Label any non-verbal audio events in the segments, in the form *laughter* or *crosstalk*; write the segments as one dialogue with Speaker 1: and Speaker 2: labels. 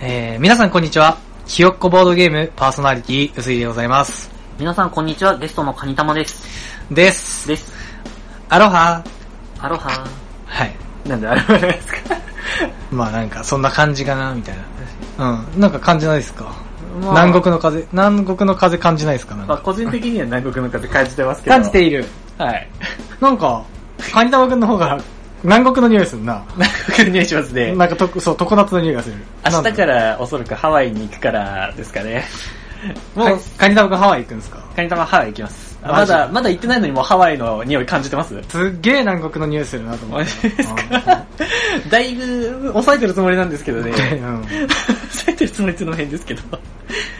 Speaker 1: えー、皆さんこんにちは。ひよっこボードゲームパーソナリティ、薄井でございます。
Speaker 2: 皆さんこんにちは、ゲストのカニタマです。
Speaker 1: です。
Speaker 2: です。
Speaker 1: アロハ
Speaker 2: アロハ
Speaker 1: はい。
Speaker 2: なんでアロハですか
Speaker 1: まあなんか、そんな感じかな、みたいな。うん。なんか感じないですか、
Speaker 2: まあ
Speaker 1: 南国の風、南国の風感じないですかなん
Speaker 2: まあ
Speaker 1: か
Speaker 2: 個人的には南国の風感じてますけど。
Speaker 1: 感じている。はい。なんか、カニタマくんの方が南国の匂いするな。
Speaker 2: 南国の匂いしますね。
Speaker 1: なんかと、そう、常夏の匂いがする。。
Speaker 2: 明日かららおそらくハワイに行くからですかね。も
Speaker 1: も
Speaker 2: う
Speaker 1: う、、カニタマくんハワイ行くんですか
Speaker 2: カニタマハワイ行きます。あ
Speaker 1: マ
Speaker 2: ま
Speaker 1: ジ
Speaker 2: だ、まだ行ってないのにもうハワイの匂い感じてます
Speaker 1: すっげえ南国の匂いするなと思っ
Speaker 2: マ
Speaker 1: て
Speaker 2: ジ。ですかだいぶ抑えてるつもりなんですけどね。
Speaker 1: う
Speaker 2: *laughs*
Speaker 1: んうん
Speaker 2: 抑えてるつもりっていうのも変ですけど。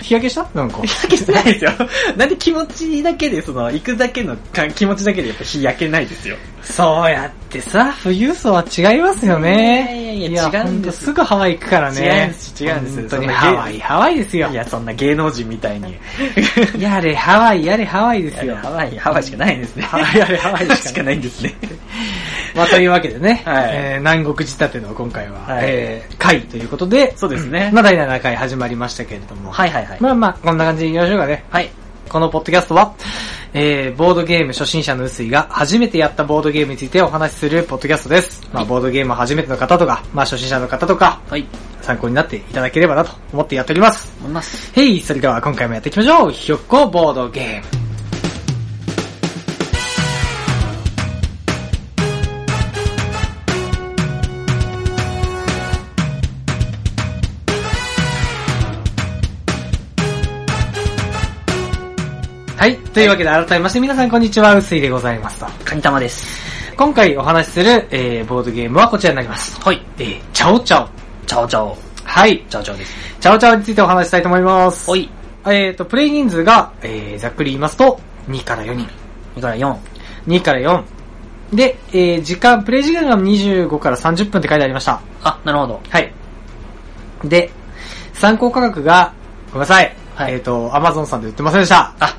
Speaker 1: 日焼けしたなんか。
Speaker 2: 日焼けしてないですよ。なんで気持ちだけで、その、行くだけのか気持ちだけでやっぱ日焼けないですよ。
Speaker 1: そうやってさ、富裕層は違いますよね。
Speaker 2: いやいやいや違うんで
Speaker 1: ほ
Speaker 2: す
Speaker 1: とすぐハワイ行くからね。
Speaker 2: 違うんです違うんです
Speaker 1: 本当に
Speaker 2: そんな
Speaker 1: ハワイ、ハワイですよ。
Speaker 2: いや、そんな芸能人みたいに。
Speaker 1: *laughs* やれハワイ、やれハワイですよ。
Speaker 2: ハワイ、ハワイしかないんですね。
Speaker 1: ハワイあれハワイしかない
Speaker 2: *laughs* しかないんですね。
Speaker 1: まあ、というわけでね、
Speaker 2: *laughs* はい
Speaker 1: えー南国仕立ての今回は、
Speaker 2: はい
Speaker 1: えー回ということで、
Speaker 2: そうですね
Speaker 1: まあ、第7回始まりましたけれども、
Speaker 2: はいはいはい。
Speaker 1: まあまあ、こんな感じでいきましょうかね。
Speaker 2: はい。
Speaker 1: このポッドキャストは、えーボードゲーム初心者の臼井が初めてやったボードゲームについてお話しするポッドキャストです。まあ、ボードゲーム初めての方とか、まあ、初心者の方とか、
Speaker 2: はい。
Speaker 1: 参考になっていただければなと思ってやっております。
Speaker 2: 思います。
Speaker 1: へい、それでは今回もやっていきましょう。ひよっこボードゲーム。はい。というわけで、改めまして皆さんこんにちは、うすいでございますと。
Speaker 2: カニ玉です。
Speaker 1: 今回お話しする、えー、ボードゲームはこちらになります。
Speaker 2: はい。
Speaker 1: えー、チャオチャオ。
Speaker 2: チャオチャオ。
Speaker 1: はい。
Speaker 2: チャオチャオです。
Speaker 1: チャオチャオについてお話ししたいと思います。
Speaker 2: おい。
Speaker 1: えー、と、プレイ人数が、えー、ざっくり言いますと、2から4人。
Speaker 2: 2から4。
Speaker 1: 2から4。で、えー、時間、プレイ時間が25から30分って書いてありました。
Speaker 2: あ、なるほど。
Speaker 1: はい。で、参考価格が、ごめんなさい。
Speaker 2: はい
Speaker 1: えー、と、アマゾンさんで売ってませんでした。
Speaker 2: あ、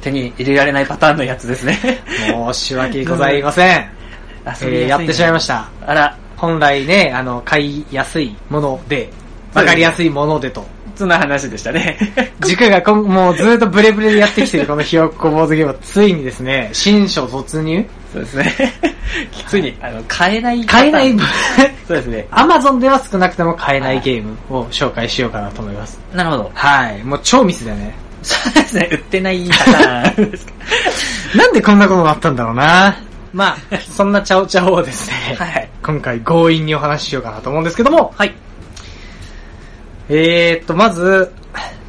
Speaker 2: 手に入れられないパターンのやつです *laughs* ね。
Speaker 1: 申し訳ございませ *laughs* ん。
Speaker 2: あ
Speaker 1: えー、やってしまいました。
Speaker 2: た。あら、
Speaker 1: 本来ね、あの、買いやすいもので、わかりやすいものでと。
Speaker 2: そんな話でしたね。
Speaker 1: 軸がこんもうずっとブレブレでやってきてるこのひよっこ坊主ゲームはついにですね、新書突入
Speaker 2: *laughs* そうですね。ついに、あの、買えない。
Speaker 1: 買えない、
Speaker 2: そうですね。
Speaker 1: アマゾンでは少なくても買えないゲームを紹介しようかなと思います。
Speaker 2: なるほど。
Speaker 1: はい。もう超ミスだよね。
Speaker 2: *laughs* そうですね、売ってないパターンですか。
Speaker 1: なんでこんなことになったんだろうな。まあ、そんなチャオチャオをですね、
Speaker 2: はい。
Speaker 1: 今回強引にお話ししようかなと思うんですけども、
Speaker 2: *laughs* はい。
Speaker 1: えーっと、まず、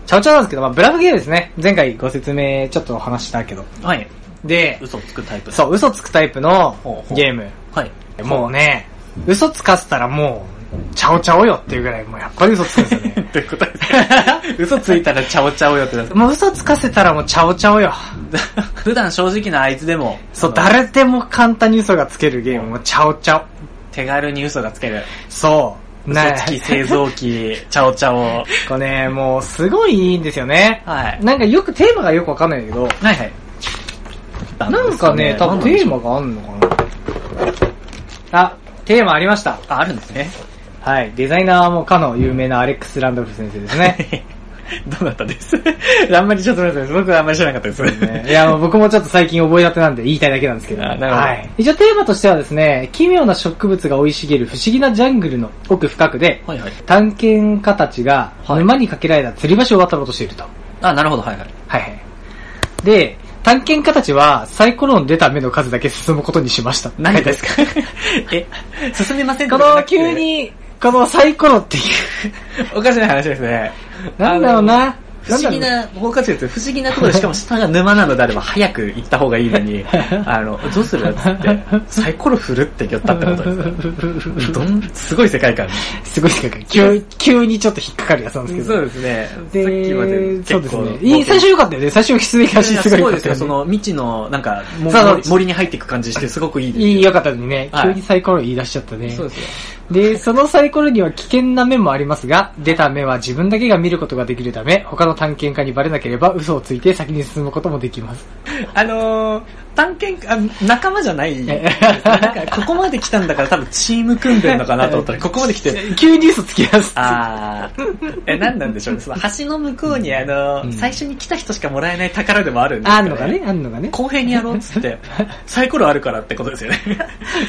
Speaker 1: チャオチャオなんですけど、まあ、ブラフゲーですね。前回ご説明ちょっとお話ししたけど。
Speaker 2: はい。
Speaker 1: で、
Speaker 2: 嘘をつくタイプ。
Speaker 1: そう、嘘つくタイプの
Speaker 2: ほうほう
Speaker 1: ゲーム。
Speaker 2: はい。
Speaker 1: もうね、嘘つかせたらもう、チャオチャオよっていうぐらい、もうやっぱり嘘つくん *laughs* ですよね。
Speaker 2: *laughs* ということですか嘘ついたらちゃおちゃおよってな *laughs* る
Speaker 1: もう嘘つかせたらもうチャオチャオよ。
Speaker 2: 普段正直なあいつでも、
Speaker 1: そう、
Speaker 2: あの
Speaker 1: 誰でも簡単に嘘がつけるゲームもチャオチャオ。
Speaker 2: 手軽に嘘がつける。
Speaker 1: そう。
Speaker 2: 嘘つき製造機、ちゃおち *laughs* ゃお。
Speaker 1: こ *laughs* れね、もうすごいいいんですよね。
Speaker 2: はい。
Speaker 1: なんかよくテーマがよくわかんないんだけど、
Speaker 2: はいはい。
Speaker 1: なんかね、多分テーマがあんのかな。あ、テーマありました。
Speaker 2: あ、あるんですね。
Speaker 1: はい。デザイナーはもうかの有名なアレックス・ランドルフ先生ですね。
Speaker 2: *laughs* *laughs* どうだったです *laughs* あんまりちょっと待ってす。僕はあんまり知らなかった *laughs* です
Speaker 1: ねいや、もう僕もちょっと最近覚え立てなんで言いたいだけなんですけど。
Speaker 2: あなるほど
Speaker 1: はい。一応テーマとしてはですね、奇妙な植物が生い茂る不思議なジャングルの奥深くで、
Speaker 2: はいはい。
Speaker 1: 探検家たちが
Speaker 2: はい
Speaker 1: 沼にかけられた吊り橋を渡ろうとしていると。は
Speaker 2: あ、なるほど、はいは
Speaker 1: い
Speaker 2: い。
Speaker 1: はい。で、探検家たちはサイコロの出た目の数だけ進むことにしました。
Speaker 2: 何です *laughs* かえ、進みません
Speaker 1: この急、に、このサイコロっていう、
Speaker 2: おかしな話ですね。
Speaker 1: *laughs* なんだろうな。
Speaker 2: 不思議
Speaker 1: んだろ
Speaker 2: な、おかしい *laughs* ですよ不思議なところで、しかも下が沼なのであれば早く行った方がいいの *laughs* に、あの、どうするっつって、サイコロ振るって言ったってことですよ
Speaker 1: う *laughs* な。
Speaker 2: どん、すごい世界観。
Speaker 1: すごいですか急、急にちょっと引っかかるやつなんですけど。
Speaker 2: ですね。
Speaker 1: で、
Speaker 2: さっきまで結構。
Speaker 1: そうですね。いい、最初良かったよね。最初出撃
Speaker 2: いや
Speaker 1: が
Speaker 2: いや
Speaker 1: すごい
Speaker 2: そう
Speaker 1: 良か
Speaker 2: で
Speaker 1: っ
Speaker 2: す
Speaker 1: たよね
Speaker 2: よ、その未知の、なんか、も
Speaker 1: そうそう
Speaker 2: 森森に入っていく感じして、すごくいいです。
Speaker 1: いい、良かったのにね。
Speaker 2: はい
Speaker 1: 急にサイコロ言い出しちゃったね。
Speaker 2: そうですよ。
Speaker 1: で、そのサイコロには危険な面もありますが、出た目は自分だけが見ることができるため、他の探検家にバレなければ嘘をついて先に進むこともできます。
Speaker 2: あのー、
Speaker 3: 探検家、あ仲間じゃない。なんか、ここまで来たんだから多分チーム組んでるのかなと思ったら、ここまで来て、
Speaker 1: *laughs* 急に嘘つきやす。
Speaker 3: あー、え、なんなんでしょうね。その橋の向こうに、あの、
Speaker 1: うん
Speaker 3: 最初に来た人しかもらえない宝でもあるんです
Speaker 1: あ
Speaker 3: よ、
Speaker 1: んのかねあんのかね
Speaker 3: 公平にやろうっ
Speaker 1: *laughs*
Speaker 3: つって、サイコロあるからってことですよね。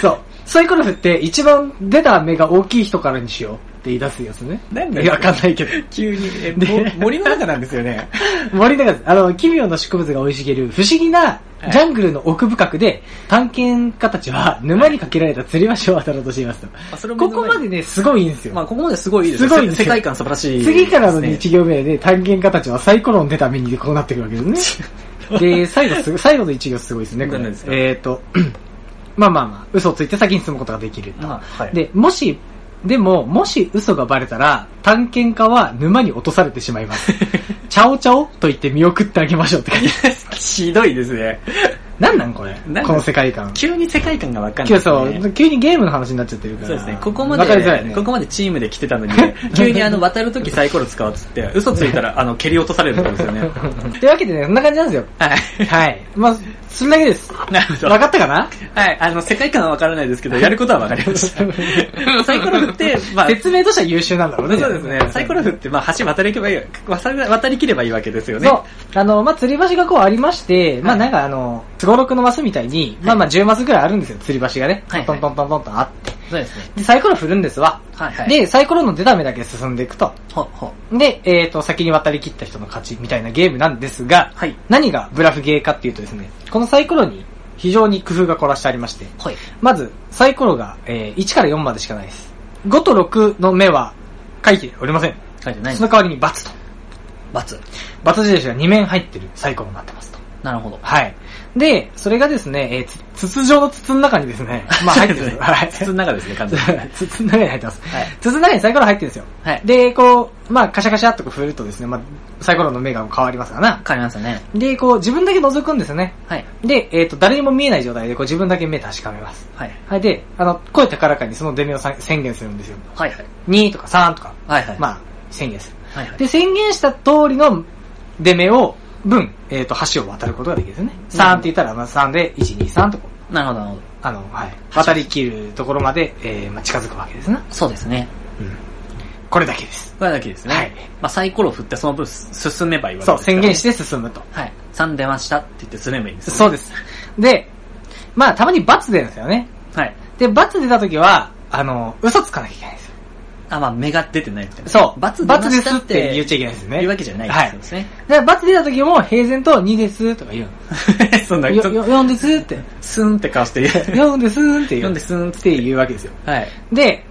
Speaker 1: そう。サイコロ振って一番出た目が大きい人からにしようって言い出すやつね。
Speaker 3: なん
Speaker 1: いやわかんないけど。
Speaker 3: 急 *laughs* に、え、
Speaker 1: で
Speaker 3: も森の中なんですよね。
Speaker 1: 森永さん、あの、奇妙な植物が生い茂る不思議なジャングルの奥深くで、探検家たちは沼にかけられた釣り橋を渡ろうとしていますと。
Speaker 3: あそれも
Speaker 1: ここまでね、すごいいいんですよ。
Speaker 3: *laughs* まあ、ここまですごいです
Speaker 1: すごいです
Speaker 3: 世
Speaker 1: よ
Speaker 3: 界観素晴らしいですね、
Speaker 1: 次からの1行目で、ね、探検家たちはサイコロの出た目にこうなってくるわけです
Speaker 3: *laughs*
Speaker 1: ね。で、最後すご、最後の1行すごいですね、これ。
Speaker 3: 何ですか
Speaker 1: えっ、と、 *clears throat* まあまあまあ、嘘をついて先に進むことができると。
Speaker 3: まあ、はい。
Speaker 1: で、もし、でも、もし嘘がバレたら、探検家は沼に落とされてしまい
Speaker 3: *laughs*
Speaker 1: ます。チャオチャオと言って見送ってあげましょうって感じ。
Speaker 3: ひどいですね。 *laughs*
Speaker 1: なんなんこれ
Speaker 3: なん
Speaker 1: この世界観。
Speaker 3: 急に世界観がわかんない、
Speaker 1: 急
Speaker 3: ね。
Speaker 1: にそう、急にゲームの話になっちゃってるから。
Speaker 3: そうですね。ここまで、
Speaker 1: わかりづらいね。
Speaker 3: ここまでチームで来て
Speaker 1: *laughs*
Speaker 3: たのに、急にあの、渡るときサイコロ使うっつって、嘘つい
Speaker 1: *laughs*
Speaker 3: たら、あの、蹴り落とされるってことですよね。
Speaker 1: というわけでね、そんな感じなんですよ。
Speaker 3: *laughs* はい。
Speaker 1: はい。まあ、それだけです。わ
Speaker 3: なるほど。
Speaker 1: かったかな
Speaker 3: はい。あの、世界観はわからないですけど、やることはわかり
Speaker 1: *laughs*
Speaker 3: ました。サイコロ振って、まあ、
Speaker 1: 説明としては優秀なんだろうね。
Speaker 3: そうですね。サイコロ振って、まあ、橋渡りけばいい、渡り渡り切ればいいわけですよね。
Speaker 1: そう。あの、まあ、吊り橋がこうありまして、まあ、なんかあの、すごろくのマスみたいに、まあまあ10マスぐらいあるんですよ、吊り橋がね。
Speaker 3: はいはい
Speaker 1: トントントントンとあって。
Speaker 3: そうですね。
Speaker 1: で、サイコロ振るんですわ。
Speaker 3: はいはい。、
Speaker 1: で、サイコロの出た目だけ進んでいくと。
Speaker 3: ほ、ほ。
Speaker 1: で、えっ、と、先に渡り切った人の勝ちみたいなゲームなんですが、
Speaker 3: はい。
Speaker 1: 何がブラフゲーかっていうとですね、このサイコロに非常に工夫が凝らしてありまして、
Speaker 3: はい。
Speaker 1: まず、サイコロが、えー1から4までしかないです。5と6の目は書いておりません。
Speaker 3: 書いてな
Speaker 1: その代わりに×と。
Speaker 3: 罰。
Speaker 1: ×印が2面入ってるサイコロになってますと。
Speaker 3: なるほど。
Speaker 1: はい。で、それがですね、えーつ筒状の筒の中にです
Speaker 3: *laughs*
Speaker 1: ね、まあ入ってるんですよ。はい。
Speaker 3: 筒の中ですね、完全
Speaker 1: *laughs*
Speaker 3: に。
Speaker 1: 筒の中に入ってます。
Speaker 3: はい。
Speaker 1: 筒の中にサイコロ入ってるんですよ。
Speaker 3: はい。
Speaker 1: で、こう、まあ、カシャカシャっとこう振るとですね、まあ、サイコロの目が変わりますからな。
Speaker 3: 変わりましたね。
Speaker 1: で、こう、自分だけ覗くんですよね。
Speaker 3: はい。
Speaker 1: で、えっ、と、誰にも見えない状態で、こう、自分だけ目確かめます。
Speaker 3: はい。
Speaker 1: はい、で、あの、声高らかにその出目をさ宣言するんですよ。
Speaker 3: はいはい。
Speaker 1: 2とか3とか、
Speaker 3: はいはい。
Speaker 1: まあ、宣言する。
Speaker 3: あ、はいはい。
Speaker 1: で、宣言した通りの出目を、分、えっ、と、橋を渡ることができるんですね。3って言ったら、まあ、3で、1、2、3とこう、
Speaker 2: なるほど、なるほど。
Speaker 1: あの、はい、渡り切るところまで、えー、まあ、近づくわけですな。
Speaker 2: そうですね。
Speaker 1: これだけです。
Speaker 2: これだけですね。
Speaker 1: はい。
Speaker 2: まあ、サイコロ振ってその分す進めばいいわけ
Speaker 1: そう、
Speaker 2: ですか
Speaker 1: 宣
Speaker 2: ら
Speaker 1: 言して進むと。
Speaker 2: はい。3出ましたって言って進めばいいんです、ね。
Speaker 1: そうです。で、まあ、たまに罰出るんですよね。
Speaker 2: はい。
Speaker 1: で、罰出た時は、あの、嘘つかなきゃいけないんですよ。
Speaker 2: あ、まあ、目が出てないみたいな。
Speaker 1: そう。
Speaker 2: 罰出ま
Speaker 1: 罰で
Speaker 2: し
Speaker 1: す
Speaker 2: た
Speaker 1: っ
Speaker 2: って
Speaker 1: て言っちゃいけないですよね。
Speaker 2: 言うわけじゃないってことですね。
Speaker 1: で、罰出た時も平然と2ですとか言う *laughs*
Speaker 3: そんな、
Speaker 1: の。
Speaker 3: ちょ
Speaker 1: よ
Speaker 3: っと
Speaker 1: よ4ですって。
Speaker 2: *laughs*
Speaker 3: スンって顔 *laughs* して、
Speaker 1: 4ですって言う
Speaker 3: 4
Speaker 1: の。
Speaker 3: ですんっ。
Speaker 1: ってて言うわけですよ。
Speaker 3: はい。
Speaker 1: で、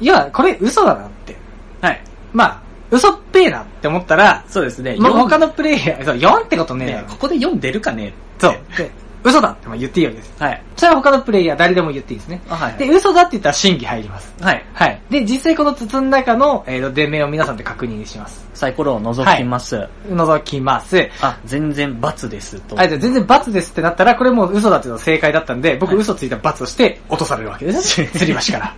Speaker 1: いや、これ嘘だなって。
Speaker 3: はい。
Speaker 1: まあ、嘘っぺーなって思ったら、
Speaker 3: そうですね。
Speaker 1: もう
Speaker 3: 四
Speaker 1: 他のプレイヤー、そう、4ってことねえだ
Speaker 3: ね
Speaker 1: ろ、
Speaker 3: ここで4出るかね
Speaker 1: そう。で、嘘だってまあ言っていいわけです。
Speaker 3: はい。
Speaker 1: それは他のプレイヤー誰でも言っていいですね。
Speaker 3: あ、はいはい。
Speaker 1: で、嘘だって言ったら審議入ります。
Speaker 3: はい。
Speaker 1: はい。で、実際この筒の中の、えーと、出目を皆さんで確認します。
Speaker 2: サイコロを覗きます。
Speaker 1: 覗きます。
Speaker 2: あ、全然罰ですと。
Speaker 1: あ、じゃあ全然罰ですってなったら、これもう嘘だっていうのは正解だったんで、僕嘘ついた罰として落とされるわけ
Speaker 3: *laughs*
Speaker 1: ですね。釣り橋から。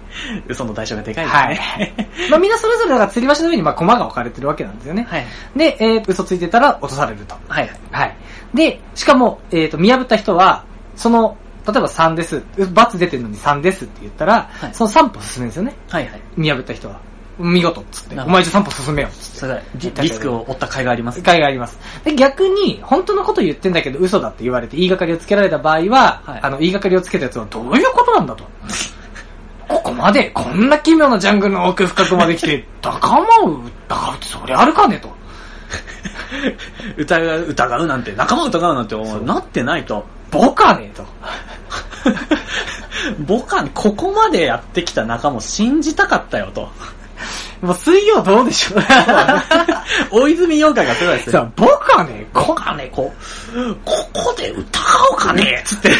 Speaker 3: 嘘の代償がでかい
Speaker 1: はい
Speaker 3: ですね。
Speaker 1: *laughs* まあみんなそれぞれだから釣り橋の上にまあ駒が置かれてるわけなんですよね。
Speaker 2: はい。
Speaker 1: で、えーと、嘘ついてたら落とされると。
Speaker 2: はいはい。
Speaker 1: はい。で、しかも、えーと、見破った人は、その、例えば3です。罰出てるのに3ですって言ったら、
Speaker 2: はい
Speaker 1: その3歩進めるんですよね。
Speaker 2: はいはい。
Speaker 1: 見破った人は。見事っつって。
Speaker 2: な
Speaker 1: お
Speaker 2: るほど
Speaker 1: 前じゃ3歩進めよっつって。
Speaker 2: それリリスクを負った甲斐があります。
Speaker 1: 使いがあります。で、逆に、本当のこと言ってんだけど嘘だって言われて言いがかりをつけられた場合は、
Speaker 2: はい
Speaker 1: あの、言いがかりをつけたやつはどういうことなんだと。ここまで、こんな奇妙なジャングルの奥深くまで来て、 *laughs* 仲間を疑うってそりゃあるかねと。
Speaker 3: 疑う、疑うなんて、仲間を疑うなんて思う。なってないと。
Speaker 1: ボカねと。
Speaker 3: 僕はここまでやってきた仲間を信じたかったよと。
Speaker 1: もう水曜どうでしょう
Speaker 3: *laughs* 大泉洋歌がすごいです
Speaker 1: さ
Speaker 3: よ。
Speaker 1: あ、ボカねこ
Speaker 3: 僕はね、こう、ここで疑おうかねつって。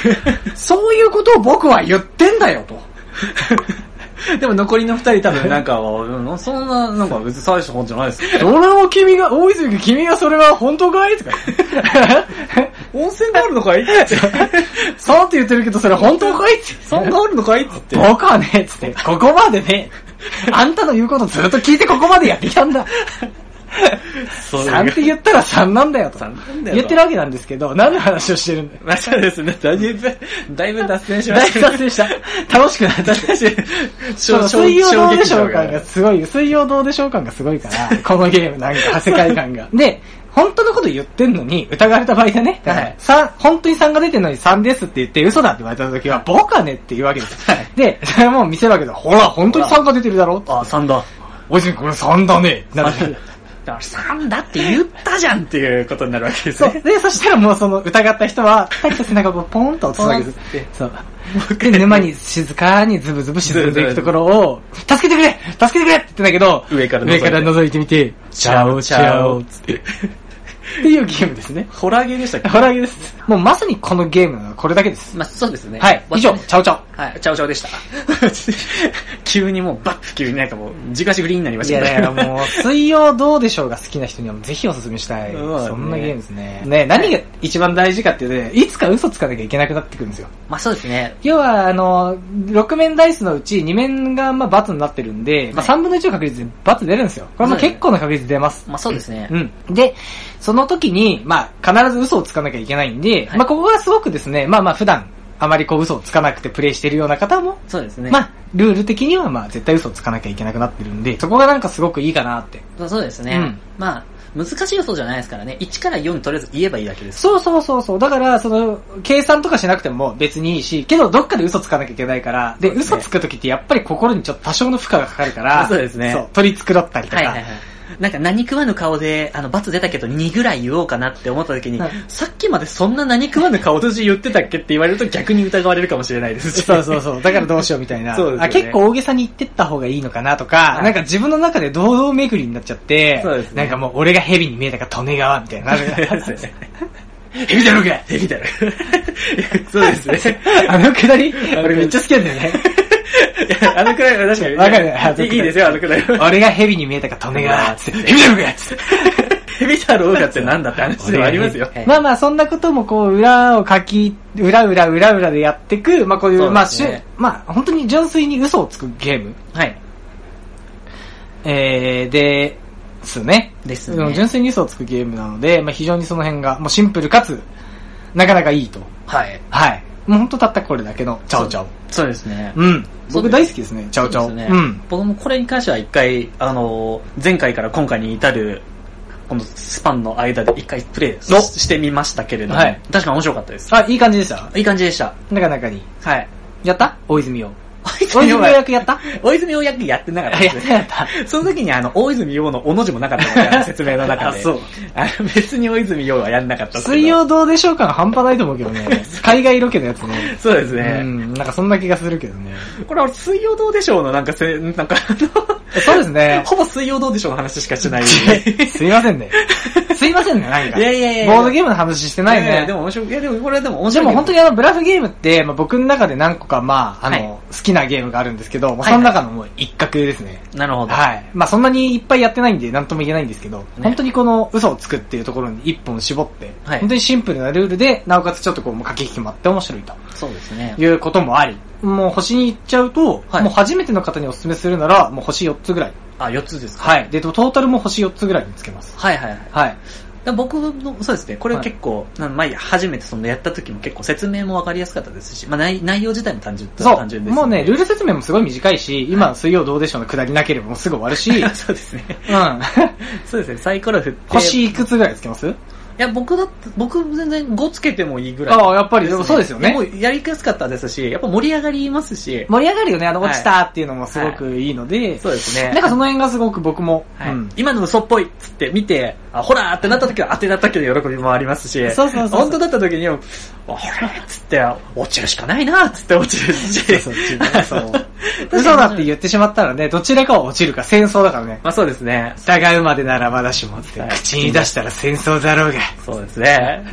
Speaker 1: そういうことを僕は言ってんだよと。
Speaker 3: *laughs* でも残りの二人
Speaker 1: *laughs*
Speaker 3: 多 *laughs* 分なんか、うんそんな、なんか別に大した本じゃないですよ。
Speaker 1: それを君が、大泉君、君がそれは本当かい
Speaker 3: *laughs*
Speaker 1: とか。
Speaker 3: 温泉があるのかいって。
Speaker 1: そうって言ってるけど、それ本当かいって。
Speaker 3: そんがあるのかいっつって。
Speaker 1: 僕はね、つって、ここまでね、あんたの言うことずっと聞いてここまでやってきたんだ。
Speaker 3: そういう
Speaker 1: 3って言ったら3なんだよと。
Speaker 3: なんだよと
Speaker 1: 言ってるわけなんですけど、何の話をしてるんだよ。
Speaker 3: まあそうですね。 *laughs* だいぶ、だいぶ脱線しま
Speaker 1: だい
Speaker 3: し
Speaker 1: ぶ
Speaker 3: た。
Speaker 1: 脱線した。楽しくなった。そ
Speaker 3: 衝
Speaker 1: の
Speaker 3: 撃
Speaker 1: 水曜どうでしょう
Speaker 3: 衝撃場
Speaker 1: 感がすごい、水曜どうでしょう感がすごいから、このゲームなんか、世界感が。で、本当のこと言ってんのに、疑われた場合だね。だか
Speaker 3: は
Speaker 1: ら
Speaker 3: い、
Speaker 1: 三本当に3が出てるのに3ですって言って嘘だって言われた時は、僕はねって言うわけです。で、それも見せるわけだ。ほら、本当に3が出てるだろ
Speaker 3: *laughs*
Speaker 2: あ、3だ。
Speaker 1: おじんこれ3だね。なる
Speaker 3: あだから3だって言ったじゃんっていうことになるわけです
Speaker 1: そう。
Speaker 3: ね。
Speaker 1: で、そしたらもうその疑った人は、たりと背中をポンと落とすわけで
Speaker 3: ポンっ
Speaker 1: す。そう。で、沼に静かにズブズブ沈んでいくところを、助けてくれ助けてくれって言ってんだけど、
Speaker 3: 上から覗い
Speaker 1: 上か
Speaker 3: て
Speaker 1: ら覗いてみて、チャオチャオっつって。っていうゲームですね。
Speaker 3: ホラーゲーでしたっけ
Speaker 1: ホラーゲーです。もうまさにこのゲームなのはこれだけです。
Speaker 2: まあ、そうですね。
Speaker 1: はい。以上、チャオチャオ。
Speaker 2: はい、ちゃうちゃうでした。
Speaker 3: *laughs* 急にもうバッと急になんかもう、じかしグリーンになりま
Speaker 1: い
Speaker 3: した
Speaker 1: や
Speaker 3: け
Speaker 1: いや
Speaker 3: ど
Speaker 1: いや、もう、水曜どうでしょうが好きな人にはぜひおすすめ *laughs* したい。
Speaker 3: そうだね
Speaker 1: そんなゲームですね。ね、何が一番大事かっていうとね、いつか嘘つかなきゃいけなくなってくるんですよ。
Speaker 2: まあ、そうですね。
Speaker 1: 要は、あの、6面ダイスのうち2面がまあ×になってるんで、まあ、
Speaker 2: は
Speaker 1: 3分の1の確率で×出るんですよ。これも結構な確率出ます。
Speaker 2: まあ、そうですね。
Speaker 1: うん。で、その時に、まあ、必ず嘘をつかなきゃいけないんで、
Speaker 2: はい
Speaker 1: まあ、ここがすごくですね、まあまあ、普段、あまりこう嘘をつかなくてプレイしてるような方も、
Speaker 2: そうですね。
Speaker 1: まあ、ルール的にはまあ、絶対嘘をつかなきゃいけなくなってるんで、そこがなんかすごくいいかなって。
Speaker 2: まあ、そうですね。
Speaker 1: うん
Speaker 2: まあ、難しい予想じゃないですからね。1から4とりあえず言えばいいだけです。
Speaker 1: そうそうそうそう。だから、その、計算とかしなくても別にいいし、けどどっかで嘘つかなきゃいけないから、で、
Speaker 3: そうですね
Speaker 1: 嘘つくときってやっぱり心にちょっと多少の負荷がかかるから、
Speaker 3: そうですね
Speaker 1: そう、取り繕ったりとか。
Speaker 2: はいはいはい。なんか何食わぬ顔で、あの、罰出たけど2ぐらい言おうかなって思った時に、
Speaker 1: はい
Speaker 2: さっきまでそんな何食
Speaker 3: 食
Speaker 2: わ
Speaker 3: わ
Speaker 2: ぬ
Speaker 3: ぬ *laughs* 顔として言ってたっけって言われると逆に疑われるかもしれないです *laughs* し。
Speaker 1: そうそうそう。だからどうしようみたいな。
Speaker 3: *laughs* そうですよね
Speaker 1: あ結構大げさに言ってった方がいいのかなとか、
Speaker 3: はい
Speaker 1: なんか自分の中で堂々巡りになっちゃって、
Speaker 3: そうですね
Speaker 1: なんかもう俺が蛇に見えたから利根川みたいになる。
Speaker 3: 蛇だろうが蛇だろ。 *laughs* そうですね。
Speaker 1: あのくだり俺めっちゃ好きなんだよね。
Speaker 3: *laughs* いやあのくらいは確かに。
Speaker 1: わかるあのくらい
Speaker 3: いいですよ、あのくらいは。
Speaker 1: 俺が蛇に見えたから利根川っつって、蛇だろうがっつって。
Speaker 3: 蛇だろうがってなんだって話 *laughs* ではありますよ。
Speaker 2: は
Speaker 1: *laughs*
Speaker 2: い
Speaker 1: まあまあ、そんなこともこう、裏を書き、裏裏裏裏でやっていく、まあこういう、
Speaker 3: そう
Speaker 1: まあ、
Speaker 3: で
Speaker 1: し
Speaker 3: す
Speaker 1: ゅ
Speaker 3: ね
Speaker 1: まあ、本当に純粋に嘘をつくゲーム。
Speaker 2: はい。
Speaker 1: えー、で、すね。
Speaker 2: です
Speaker 1: うん
Speaker 2: ね。
Speaker 1: 純粋に嘘をつくゲームなので、まあ非常にその辺が、もうシンプルかつ、なかなかいいと。
Speaker 2: はい。
Speaker 1: はい。もう本当たったこれだけの、チャオチャオ。
Speaker 2: そうですね。
Speaker 1: うん。
Speaker 2: そう
Speaker 1: 僕大好きですね、チャオチャオ。
Speaker 2: そう
Speaker 1: う
Speaker 2: ですね
Speaker 1: ん。
Speaker 2: 僕もこれに関しては一回、あのー、前回から今回に至る、このスパンの間で一回プレイ
Speaker 1: お
Speaker 2: ししてみましたけれども、
Speaker 1: はい
Speaker 2: 確かに面白かったです。
Speaker 1: あ、いい感じでした
Speaker 2: いい感じでした。
Speaker 1: なかなかに。
Speaker 2: はい。
Speaker 1: やった大泉洋。
Speaker 2: 大
Speaker 1: 大
Speaker 2: 泉
Speaker 1: 泉
Speaker 2: 洋
Speaker 1: 洋
Speaker 2: は、
Speaker 1: 役やった
Speaker 2: 大泉洋役やってなかった
Speaker 1: あ
Speaker 2: で
Speaker 1: や
Speaker 2: す
Speaker 1: っ
Speaker 2: ね
Speaker 1: た。やった。
Speaker 3: その時にあの、大泉洋のおの字もなかったので、あの説明の中で。
Speaker 2: あそう
Speaker 3: あの別に大泉洋はやんなかったですけど
Speaker 1: 水曜どうでしょうかの半端ないと思うけど
Speaker 3: *laughs*
Speaker 1: ね。海外ロケのやつね。
Speaker 3: そうです
Speaker 1: う
Speaker 3: ね。
Speaker 1: ん、なんかそんな気がするけどね。
Speaker 3: これは水曜どうでしょうのなんかせ、なんかあ
Speaker 1: そうです
Speaker 3: の、
Speaker 1: ね。
Speaker 3: *laughs* ほぼ水曜どうでしょうの話しか *laughs* してない。
Speaker 1: すいませんね。すいませんね、なんか。
Speaker 3: いやいやいや
Speaker 1: ボードゲームの話してない
Speaker 3: いやい
Speaker 1: ね。
Speaker 3: やで
Speaker 1: でも
Speaker 3: も面白い。いやでもこれはでも面白い。
Speaker 1: 本当にあの、ブラフゲームって、まあ、僕の中で何個か、まあ、あの、
Speaker 2: はい
Speaker 1: 好きなゲームがあるんですけど、もう
Speaker 2: はい
Speaker 1: そ
Speaker 2: はい
Speaker 1: の中のもう一角ですね。
Speaker 2: なるほど。
Speaker 1: はい。まあ、そんなにいっぱいやってないんで、なんとも言えないんですけど、本当にこの嘘をつくっていうところに一本絞って、
Speaker 2: はい
Speaker 1: 本当にシンプルなルールで、なおかつちょっとこう、もう駆け引きもあって面白いと。
Speaker 2: そうですね。
Speaker 1: いうこともあり、もう星に行っちゃうと、
Speaker 2: はい
Speaker 1: もう初めての方にお勧めするなら、もう星4つぐらい。
Speaker 2: あ、4つですか。
Speaker 1: はい。で、トータルも星4つぐらいにつけます。
Speaker 2: はいはいはい。
Speaker 1: はい。
Speaker 2: だ僕の、そうですね、これ結構、な前初めてそのやった時も結構説明もわかりやすかったですし、まあ内内容自体も単純
Speaker 1: そ
Speaker 2: 単純
Speaker 1: う。
Speaker 2: です、
Speaker 1: もうね、ルール説明もすごい短いし、今、水曜どうでしょうの下りなければもうすぐ終わる *laughs* し、うん。
Speaker 2: *laughs* そうですね。
Speaker 1: *laughs*
Speaker 2: そうですね、サイコロ振って。い
Speaker 1: 星いくつぐらいつけます
Speaker 2: や、僕だって、僕全然5つけてもいいぐらい。
Speaker 1: ああ、やっぱり、そうですよね
Speaker 2: も。うやりやすかったですし、やっぱ盛り上がりますし、
Speaker 1: 盛り上がるよね、あの、
Speaker 2: はい
Speaker 1: 落ちたっていうのもすごくいいので、
Speaker 2: そうですね。
Speaker 1: なんかその辺がすごく僕も、
Speaker 2: はい
Speaker 1: うん
Speaker 2: 今の嘘っぽいっつって見て、あ、ほらーってなった時は当てだったけど喜びもありますし、
Speaker 1: そうそうそうそう
Speaker 2: 本当だった時に、あほらーっつって、落ちるしかないなーっつって落ちるし。
Speaker 1: そう *laughs* そう
Speaker 2: *laughs*
Speaker 1: そう嘘だって言ってしまったらね、どちらかは落ちるか戦争だからね。
Speaker 2: まあそうですね。
Speaker 1: 疑うまでならまだしもって、
Speaker 2: はい
Speaker 1: 口に出したら戦争だろうが。
Speaker 2: そうですね。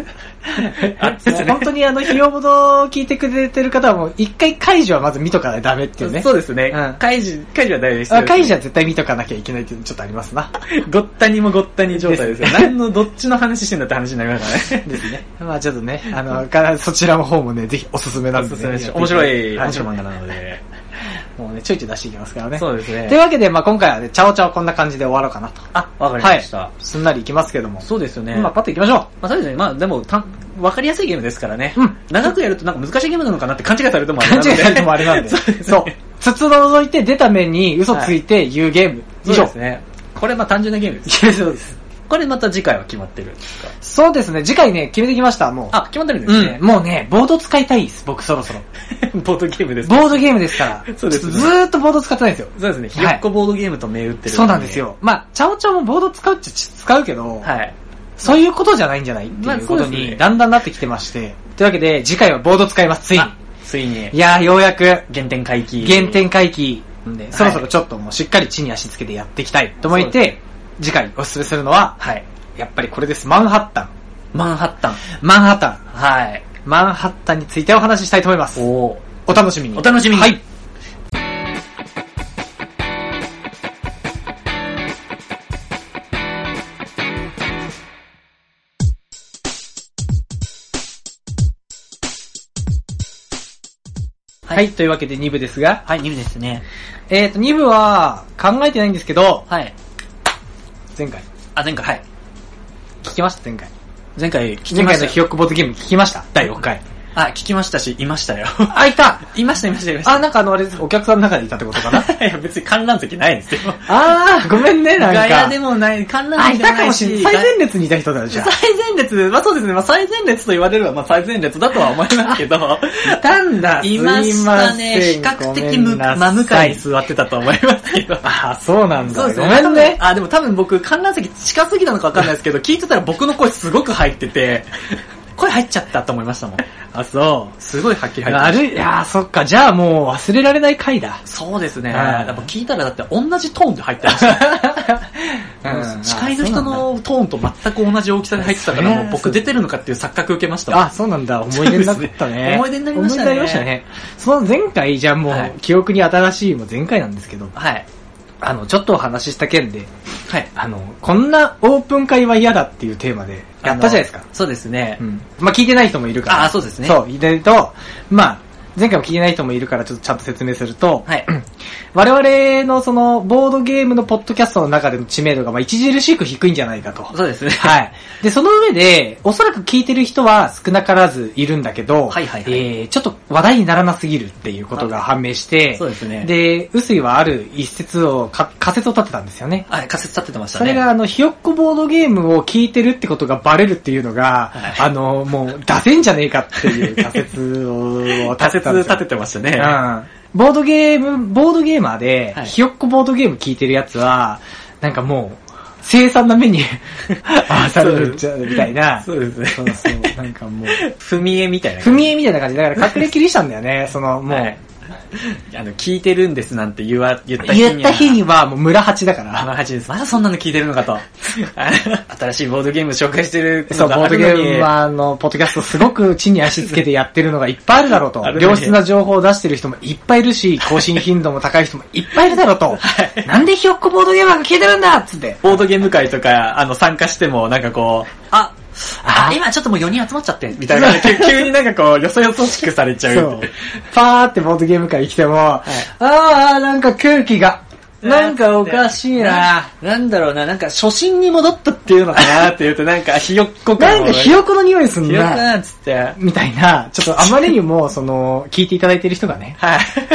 Speaker 3: *laughs*
Speaker 1: *laughs*
Speaker 2: あですね
Speaker 1: 本当にあの、ひよほど聞いてくれてる方はもう、一回解除はまず見とかないとダメっていうね。
Speaker 3: そうですね
Speaker 1: うん。
Speaker 3: カイジ、カイジは大事
Speaker 1: あ
Speaker 3: です。
Speaker 1: 解除は絶対見とかなきゃいけないっていうのちょっとありますな。
Speaker 3: ごったにもごったに状態ですよ。何のどっちの話してんだって話になりま
Speaker 2: *laughs*
Speaker 3: すからね。
Speaker 1: ですね。 *laughs* まあちょっとね、あの、からそちらの方もね、ぜひおすすめなん
Speaker 3: お
Speaker 1: で、ね。
Speaker 3: すすめです
Speaker 1: やって
Speaker 3: 面白い、
Speaker 1: は
Speaker 3: 面白い漫画なので。
Speaker 1: もうね、ちょいちょい出していきますからね。
Speaker 3: そうですね
Speaker 1: というわけで、まあ今回はね、チャオチャオこんな感じで終わろうかなと。
Speaker 3: あ、わかりました。
Speaker 1: はい。すんなりいきますけども。
Speaker 3: そうですよね。
Speaker 1: まあ
Speaker 3: ま
Speaker 1: パッといきましょ
Speaker 3: あ、そうですね。まあ、でも、たん、わかりやすいゲームですからね。
Speaker 1: うん
Speaker 3: 長くやるとなんか難しいゲームなのかなって勘違いされるとも
Speaker 1: う。
Speaker 3: あれ
Speaker 1: 勘違
Speaker 3: なの
Speaker 1: い
Speaker 3: で
Speaker 1: されてもあれなんで。
Speaker 3: *laughs* そうですね
Speaker 1: そう。筒覗いて出た目に嘘ついて言うゲーム。以
Speaker 3: そう
Speaker 1: 上
Speaker 3: で。すね。これまあ単純なゲームです。
Speaker 1: そうです。
Speaker 3: これまた次回は決まってるんですか
Speaker 1: そうですね。次回ね、決めてきました、もう。
Speaker 3: あ、決まってるんで
Speaker 1: う
Speaker 3: す
Speaker 1: ん
Speaker 3: ね。。
Speaker 1: もうね、ボード使いたいです、僕そろそろ。
Speaker 3: *laughs* ボードゲームです。
Speaker 1: ボードゲームですから。
Speaker 3: そうですね
Speaker 1: ちょっとずーっとボード使ってないんですよ。
Speaker 3: そうですね。ひよっこボードゲームと銘打ってる、
Speaker 1: そうなんです。よ。まあ、チャオチャオもボード使うっちゃ使うけど、
Speaker 3: はい。
Speaker 1: そういうことじゃないんじゃないって
Speaker 3: まあ
Speaker 1: いうこと
Speaker 3: そうです
Speaker 1: に、
Speaker 3: ね
Speaker 1: だんだんなってきてまして。というわけで、次回はボード使います、ついに。
Speaker 3: あついに
Speaker 1: い、やー、ようやく、
Speaker 3: 原点回帰。
Speaker 1: 原点回帰、ね
Speaker 3: はい
Speaker 1: そろそろちょっともうしっかり地に足つけてやっていきたいと思っ
Speaker 3: そうで
Speaker 1: て、次回おすすめするのは、
Speaker 3: はい。
Speaker 1: やっぱりこれです、マンハッタン。
Speaker 3: マンハッタン。
Speaker 1: マンハッタン。
Speaker 3: はい。
Speaker 1: マンハッタンについてお話ししたいと思います。
Speaker 3: おー。
Speaker 1: お楽しみに。
Speaker 3: お楽しみに
Speaker 1: はい。はい、というわけで2部ですが、
Speaker 3: はい、2部ですね。
Speaker 1: えっ、と、2部は考えてないんですけど、
Speaker 3: はい。
Speaker 1: 前回、
Speaker 3: あ、前回、はい。
Speaker 1: 聞きました、前回。
Speaker 3: 前回聞き
Speaker 1: 前
Speaker 3: ま
Speaker 1: 回
Speaker 3: し
Speaker 1: の
Speaker 3: た
Speaker 1: ひよっこボードゲーム聞きました、第6回。
Speaker 3: あ、聞きましたし、いましたよ。
Speaker 1: あ、いた
Speaker 3: いました、いました、いました。
Speaker 1: あ、なんかあの、あれです、お客さんの中でいたってことかな
Speaker 3: いや、別に観覧席ないん
Speaker 1: *laughs*
Speaker 3: ですよ。
Speaker 1: あー、ごめんね、なんか。
Speaker 3: ガヤでもない、観覧
Speaker 1: あ、
Speaker 3: 席
Speaker 1: い
Speaker 3: じゃ
Speaker 1: た
Speaker 3: な
Speaker 1: かも
Speaker 3: い
Speaker 1: し
Speaker 3: し。
Speaker 1: れない。最前列にいた人だよ、じゃあ。
Speaker 3: *laughs* 最前列、まあそうですね、まあ最前列と言われれば、まあ最前列だとは思います
Speaker 1: *laughs*
Speaker 3: けど。
Speaker 1: いたんだ。
Speaker 3: いましたね。
Speaker 1: す
Speaker 3: 比
Speaker 1: いません
Speaker 3: 較的む真向かいに。座ってたと思いますけど。
Speaker 1: *laughs* あ、そうなんだ。ご
Speaker 3: 多
Speaker 1: めん
Speaker 3: 分
Speaker 1: ね。
Speaker 3: あ、でも多分僕、観覧席近すぎたのかわかんないですけど、聞いてたら僕の声すごく入ってて、声入っちゃったと思いましたもん。
Speaker 1: あ、そ
Speaker 3: すごいはっきり
Speaker 1: う。
Speaker 3: 入って
Speaker 1: あ
Speaker 3: ました。
Speaker 1: るいやー、そっか。じゃあもう忘れられない回だ。
Speaker 3: そうですね。
Speaker 1: うん
Speaker 3: やっぱ聞いたらだって同じトーンで入ってました。司会の人のトーンと全く同じ大きさで入ってたか
Speaker 1: そうなんだ
Speaker 3: ら、もう僕出てるのかっていう錯覚受けましたもん。
Speaker 1: あ、そうなんだ。思い出になったね。
Speaker 3: 思い出になりましたね
Speaker 1: 思い出になりましたね。その前回、じゃあも、
Speaker 3: はいう
Speaker 1: 記憶に新しいもう前回なんですけど、
Speaker 3: はい。
Speaker 1: あの、ちょっとお話しした件で、
Speaker 3: はい。
Speaker 1: あの、こんなオープン会は嫌だっていうテーマでやったじゃないですか
Speaker 3: あの。そうですね
Speaker 1: う。ん。まあ、聞いてない人もいるから。
Speaker 3: あそうですね
Speaker 1: そう、入れると、まあ、前回も聞いてない人もいるから、ちょっとちゃんと説明すると、
Speaker 3: *laughs* はい。
Speaker 1: 我々のその、ボードゲームのポッドキャストの中での知名度が、まあ、著しく低いんじゃないかと。
Speaker 3: そうですね。 *laughs*
Speaker 1: はい。で、その上で、おそらく聞いてる人は少なからずいるんだけど、
Speaker 3: はいはいは
Speaker 1: え
Speaker 3: い
Speaker 1: ー、ちょっと話題にならなすぎるっていうことが判明して、
Speaker 3: そうですね
Speaker 1: で、臼井はある一説をか、仮説を立てたんですよね。
Speaker 3: はい、仮説立ててました
Speaker 1: そ
Speaker 3: ね。
Speaker 1: れが、あの、ひよっこボードゲームを聞いてるってことがバレるっていうのが、
Speaker 3: は
Speaker 1: あの、もう、出せんじゃねえかって
Speaker 3: *laughs*
Speaker 1: いう仮説を立て
Speaker 3: 仮説
Speaker 1: たんですよ
Speaker 3: 立ててましたね。
Speaker 1: うん。ボードゲーム、ボードゲーマーで、
Speaker 3: はい
Speaker 1: ひよっこボードゲーム聞いてるやつは、なんかもう、凄惨な目に *laughs* あされるんちゃうみたいな。
Speaker 3: そうですね。
Speaker 1: そうそう、なんかもう、
Speaker 3: 踏み絵みたいな。
Speaker 1: 踏み絵みたいな感じ。だから隠れキリシタンだよね、その、もう、
Speaker 3: はいあの、聞いてるんですなんて言わ、言った日に
Speaker 1: 言
Speaker 3: は。
Speaker 1: った日にはもう村八だから
Speaker 3: あ。の8です。まだそんなの聞いてるの
Speaker 1: *laughs*
Speaker 3: かと。新しいボードゲーム紹介してる
Speaker 1: そう、
Speaker 3: の
Speaker 1: ボ
Speaker 3: があ
Speaker 1: ード
Speaker 3: る
Speaker 1: ゲ
Speaker 3: のに
Speaker 1: ームは、あの、ポッドキャストすごく地に足つけてやってるのがいっぱいあるだろうと
Speaker 3: あ。るね
Speaker 1: 良質な情報を出してる人もいっぱいいるし、更新頻度も高い人もいっぱいいるだろう
Speaker 3: *laughs*
Speaker 1: と。なんでひよっこボードゲーマーが聞いてるんだっつって。
Speaker 3: ボードゲーム会とか、あの、参加しても、なんかこう、あ、
Speaker 1: あ
Speaker 3: あ、今ちょっともう4人集まっちゃって、みたいな。急急になんかこう、よそよそしくされち
Speaker 1: そ
Speaker 3: ゃう
Speaker 1: う。。パーってボードゲーム会来ても、あー、なんか空気が、なんかおかしいな。
Speaker 3: *laughs* なんだろうな、なんか初心に戻ったっていうのかなって言うと、なんかひよっこ
Speaker 1: な
Speaker 3: 感
Speaker 1: ん
Speaker 3: を
Speaker 1: かひよこの匂いすん
Speaker 3: ひよっこ
Speaker 1: な。
Speaker 3: なんつって。はい。
Speaker 1: みたいな、ちょっとあまりにも、その、聞いていただいてる人がね、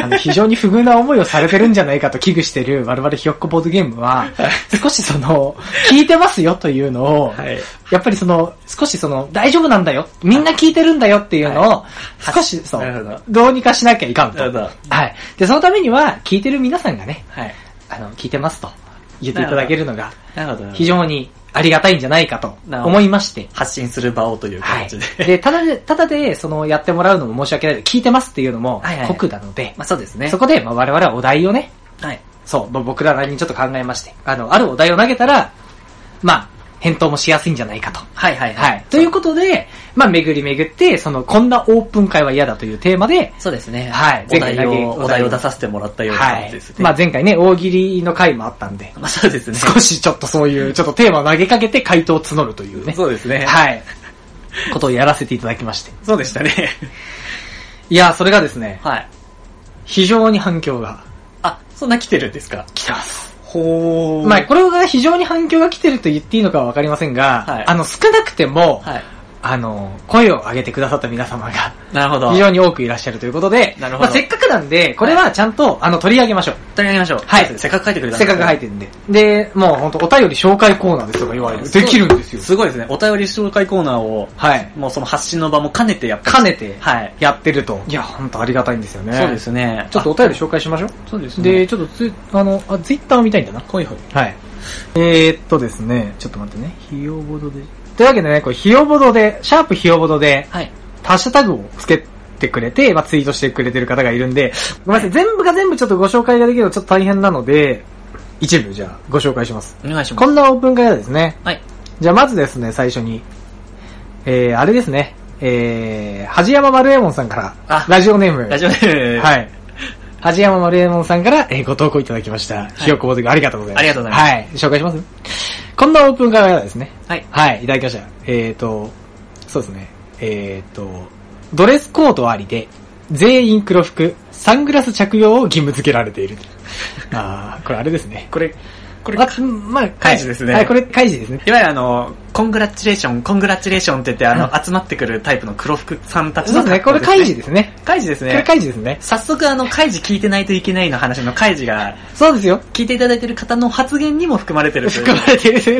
Speaker 1: あの非常に不遇な思いをされてるんじゃないかと危惧してる我々ひよっこボードゲームは、少しその、聞いてますよというのを、
Speaker 3: はい
Speaker 1: やっぱりその、少しその、大丈夫なんだよ、みんな聞いてるんだよっていうのを、少しそ
Speaker 3: なるほ
Speaker 1: う
Speaker 3: ど、
Speaker 1: どうにかしなきゃいかんと。
Speaker 3: なるほど
Speaker 1: はい。で、そのためには、聞いてる皆さんがね、
Speaker 3: はい。
Speaker 1: あの、聞いてますと言っていただけるのが、
Speaker 3: なるほど。
Speaker 1: 非常にありがたいんじゃないかと
Speaker 3: なるほど
Speaker 1: 思いまして、
Speaker 3: 発信する場をという
Speaker 1: は
Speaker 3: 感
Speaker 1: い
Speaker 3: じで。。
Speaker 1: で、ただで、ただで、その、やってもらうのも申し訳ないけど、聞いてますっていうのも
Speaker 3: はいはい、はい
Speaker 1: 酷なので、
Speaker 3: まあそうですね。
Speaker 1: そこで、まあ、我々はお題をね、
Speaker 3: はい。
Speaker 1: そう、ぼ僕らなりにちょっと考えまして、あの、あるお題を投げたら、まあ、返答もしやすいんじゃないかと。
Speaker 3: はいはいは。
Speaker 1: はいい。ということで、まあ、巡り巡って、その、こんなオープン会は嫌だというテーマで、
Speaker 3: そうですね。
Speaker 1: はい
Speaker 3: お
Speaker 1: 前回
Speaker 3: 題
Speaker 1: だけ
Speaker 3: を、お題を出させてもらったような
Speaker 1: は
Speaker 3: 感じ
Speaker 1: い
Speaker 3: です。ね。
Speaker 1: まあ、前回ね、大喜利の回もあったんで、
Speaker 3: まあそうですね。
Speaker 1: 少しちょっとそういう、ちょっとテーマを投げかけて回答を募るというね、
Speaker 3: そうですね。
Speaker 1: はい。ことをやらせていただきまして。
Speaker 3: そうでしたね。
Speaker 1: いや、それがですね、
Speaker 3: はい。
Speaker 1: 非常に反響が
Speaker 3: そんな来てるんですか
Speaker 1: 来てます。
Speaker 3: ほー。
Speaker 1: まあ、これが非常に反響が来てると言っていいのかはわかりませんが、
Speaker 3: はい
Speaker 1: あの、少なくても、
Speaker 3: はい。
Speaker 1: あの、声を上げてくださった皆様が、
Speaker 3: なるほど。
Speaker 1: 非常に多くいらっしゃるということで、
Speaker 3: なるほど
Speaker 1: まあ、せっかくなんで、これはちゃんと、あの、取り上げましょう。
Speaker 3: 取り上げましょう。
Speaker 1: はい
Speaker 3: そうですねせっかく書いてくれた
Speaker 1: せっかく入
Speaker 3: っ
Speaker 1: ってるんで。で、もう本当お便り紹介コーナーですとか言われる。できるんですよ。
Speaker 3: すごいですね。お便り紹介コーナーを、
Speaker 1: はい。
Speaker 3: もうその発信の場も兼ねてやっぱり
Speaker 1: 兼ねて、
Speaker 3: はい。
Speaker 1: やってると。いや、本当ありがたいんですよね。
Speaker 3: そうですね。
Speaker 1: ちょっとお便り紹介しましょう。
Speaker 3: そうです
Speaker 1: で、ちょっとツ、あの、あ、ツイッターを見たいんだな。
Speaker 3: ほいほい。
Speaker 1: はい。えー、っとですね、ちょっと待ってね。ひよぼどで。というわけでね、これ、ひよぼどで、シャープひよぼどで、
Speaker 3: はい。
Speaker 1: ハッシュタグをつけてくれて、まあ、ツイートしてくれてる方がいるんで、ごめんなさい、全部が全部ちょっとご紹介ができるのちょっと大変なので、一部じゃあご紹介します。
Speaker 3: お願いしま
Speaker 1: こ
Speaker 3: す。
Speaker 1: んなオープン会はですね。
Speaker 3: はい。
Speaker 1: じゃあまずですね、最初に、えー、あれですね、えー、は山丸右衛門さんか
Speaker 3: あ
Speaker 1: ら、ラジオネーム。
Speaker 3: ラジオネーム。
Speaker 1: はい。はじやままるえもんさんから、えーご投稿いただきました。ひよこぼてくありがとうございます。。
Speaker 3: ありがとうございます
Speaker 1: はい。紹介しますこんなオープン会はですね。
Speaker 3: はい。
Speaker 1: はい、いただきました。えっ、ー、と、そうですね。えっ、ー、と、ドレスコードありで、全員黒服、サングラス着用を義務付けられ
Speaker 3: *laughs*
Speaker 1: ている。ああこれあれですね。
Speaker 3: これ、これ、
Speaker 1: わまあ、
Speaker 3: 開示ですね
Speaker 1: はい、これ開示ですね。
Speaker 3: いわゆるあの、コングラチュレーション、コングラチュレーションって言って、あの、集まってくるタイプの黒服さんた
Speaker 1: そ
Speaker 3: ち
Speaker 1: うで
Speaker 3: の
Speaker 1: すね、これ開示ですね。
Speaker 3: 開示です
Speaker 1: これ
Speaker 3: ね。
Speaker 1: 開示ですね。
Speaker 3: 早速あの、開示聞いてないといけないの話の開示が、
Speaker 1: そうですよ。
Speaker 3: 聞いていただいてる方の発言にも含まれてるという
Speaker 1: 含まれているとい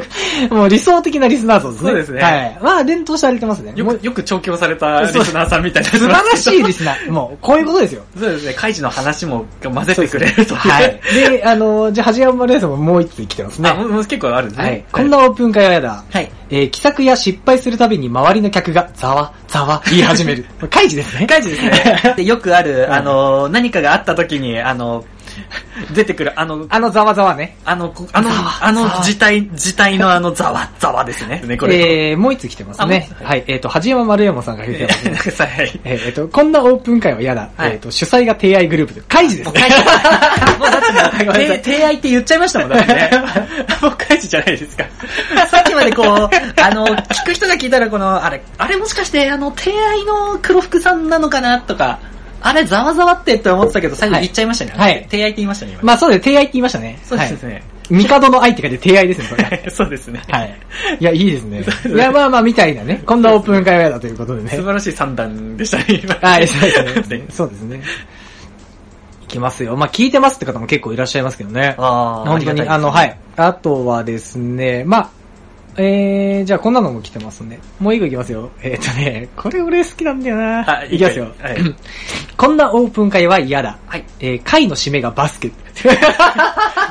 Speaker 1: う、もう理想的なリスナー層ですね。
Speaker 3: そうですね
Speaker 1: はい。まあ、連投してあげてますね。も
Speaker 3: よ
Speaker 1: う
Speaker 3: く、よく調教されたリスナーさんみたいな。
Speaker 1: 素晴らしいリスナ
Speaker 3: *laughs*
Speaker 1: ー。もう、こういうことですよ。
Speaker 3: そうですね、カイジの話も混ぜてくれると。
Speaker 1: はい。。で、あの、じゃあ、はじやまるやさんももう一つ来てますね
Speaker 3: あ、。もうもう結構あるんですね。
Speaker 1: はい。こん。なオープン会はやだ。
Speaker 3: はい。
Speaker 1: えー、気さくや失敗するたびに周りの客がざわ、ざわ言い始
Speaker 3: *laughs*
Speaker 1: める。これ開示ですね。
Speaker 3: カイジです *laughs* ね。でよくある、あの、何かがあった時に、あの、出てくる、あの、
Speaker 1: あのざわざわね。
Speaker 3: あの、こあの
Speaker 1: ざわ、
Speaker 3: あ
Speaker 1: ざ
Speaker 3: の
Speaker 1: わ
Speaker 3: 事態、事態のあの、ざわ、ざわですね。ね、これ。
Speaker 1: えー、もう一つ来てますね
Speaker 3: あもう一。つ
Speaker 1: はい。えっと、はじやま丸山さんが
Speaker 3: え
Speaker 1: 来てますね。
Speaker 3: *laughs* さはい。
Speaker 1: えっと、こんなオープン会はやだ。
Speaker 3: はい
Speaker 1: えっと、主催が提愛グループで。開示ですね。 *laughs*
Speaker 3: もうだってもう
Speaker 1: ごめんなさ
Speaker 3: て、
Speaker 1: い
Speaker 3: 提愛って言っちゃいましたもん、だってね。もう開示じゃないですか。さっきまでこう、あの、聞く人が聞いたらこの、あれ、あれもしかして、あの、提愛の黒服さんなのかなとか、あれ、ざわざわってって思ってたけど、最後言っちゃいましたね。
Speaker 1: はい
Speaker 3: 提愛って言いましたね、今。
Speaker 1: まあ、そうです。提愛って言いましたね。
Speaker 3: そうですね。
Speaker 1: はい。帝の愛って書いて提愛ですね、これ。
Speaker 3: *laughs* そうですね。
Speaker 1: はい。いや、いいですね。いや、まあまあ、みたいなね。こんなオープン会はやだということでね
Speaker 3: 素。晴らしい三段でしたね、今。。
Speaker 1: *laughs* はい、そうですねそうですね。いきますよ。まあ、聞いてますって方も結構いらっしゃいますけどね。
Speaker 3: あー
Speaker 1: 本当
Speaker 3: り
Speaker 1: に、
Speaker 3: がたいですね
Speaker 1: あの、はい。あとはですね、まあ、えー、じゃあこんなのも来てますね。もう一個いきますよ。えーっ、とね、これ俺好きなんだよな。、
Speaker 3: はい
Speaker 1: きますよ。
Speaker 3: はい
Speaker 1: こんなオープン会は嫌だ。
Speaker 3: はい。
Speaker 1: えー、会の締めがバス
Speaker 3: *laughs*
Speaker 1: ケ。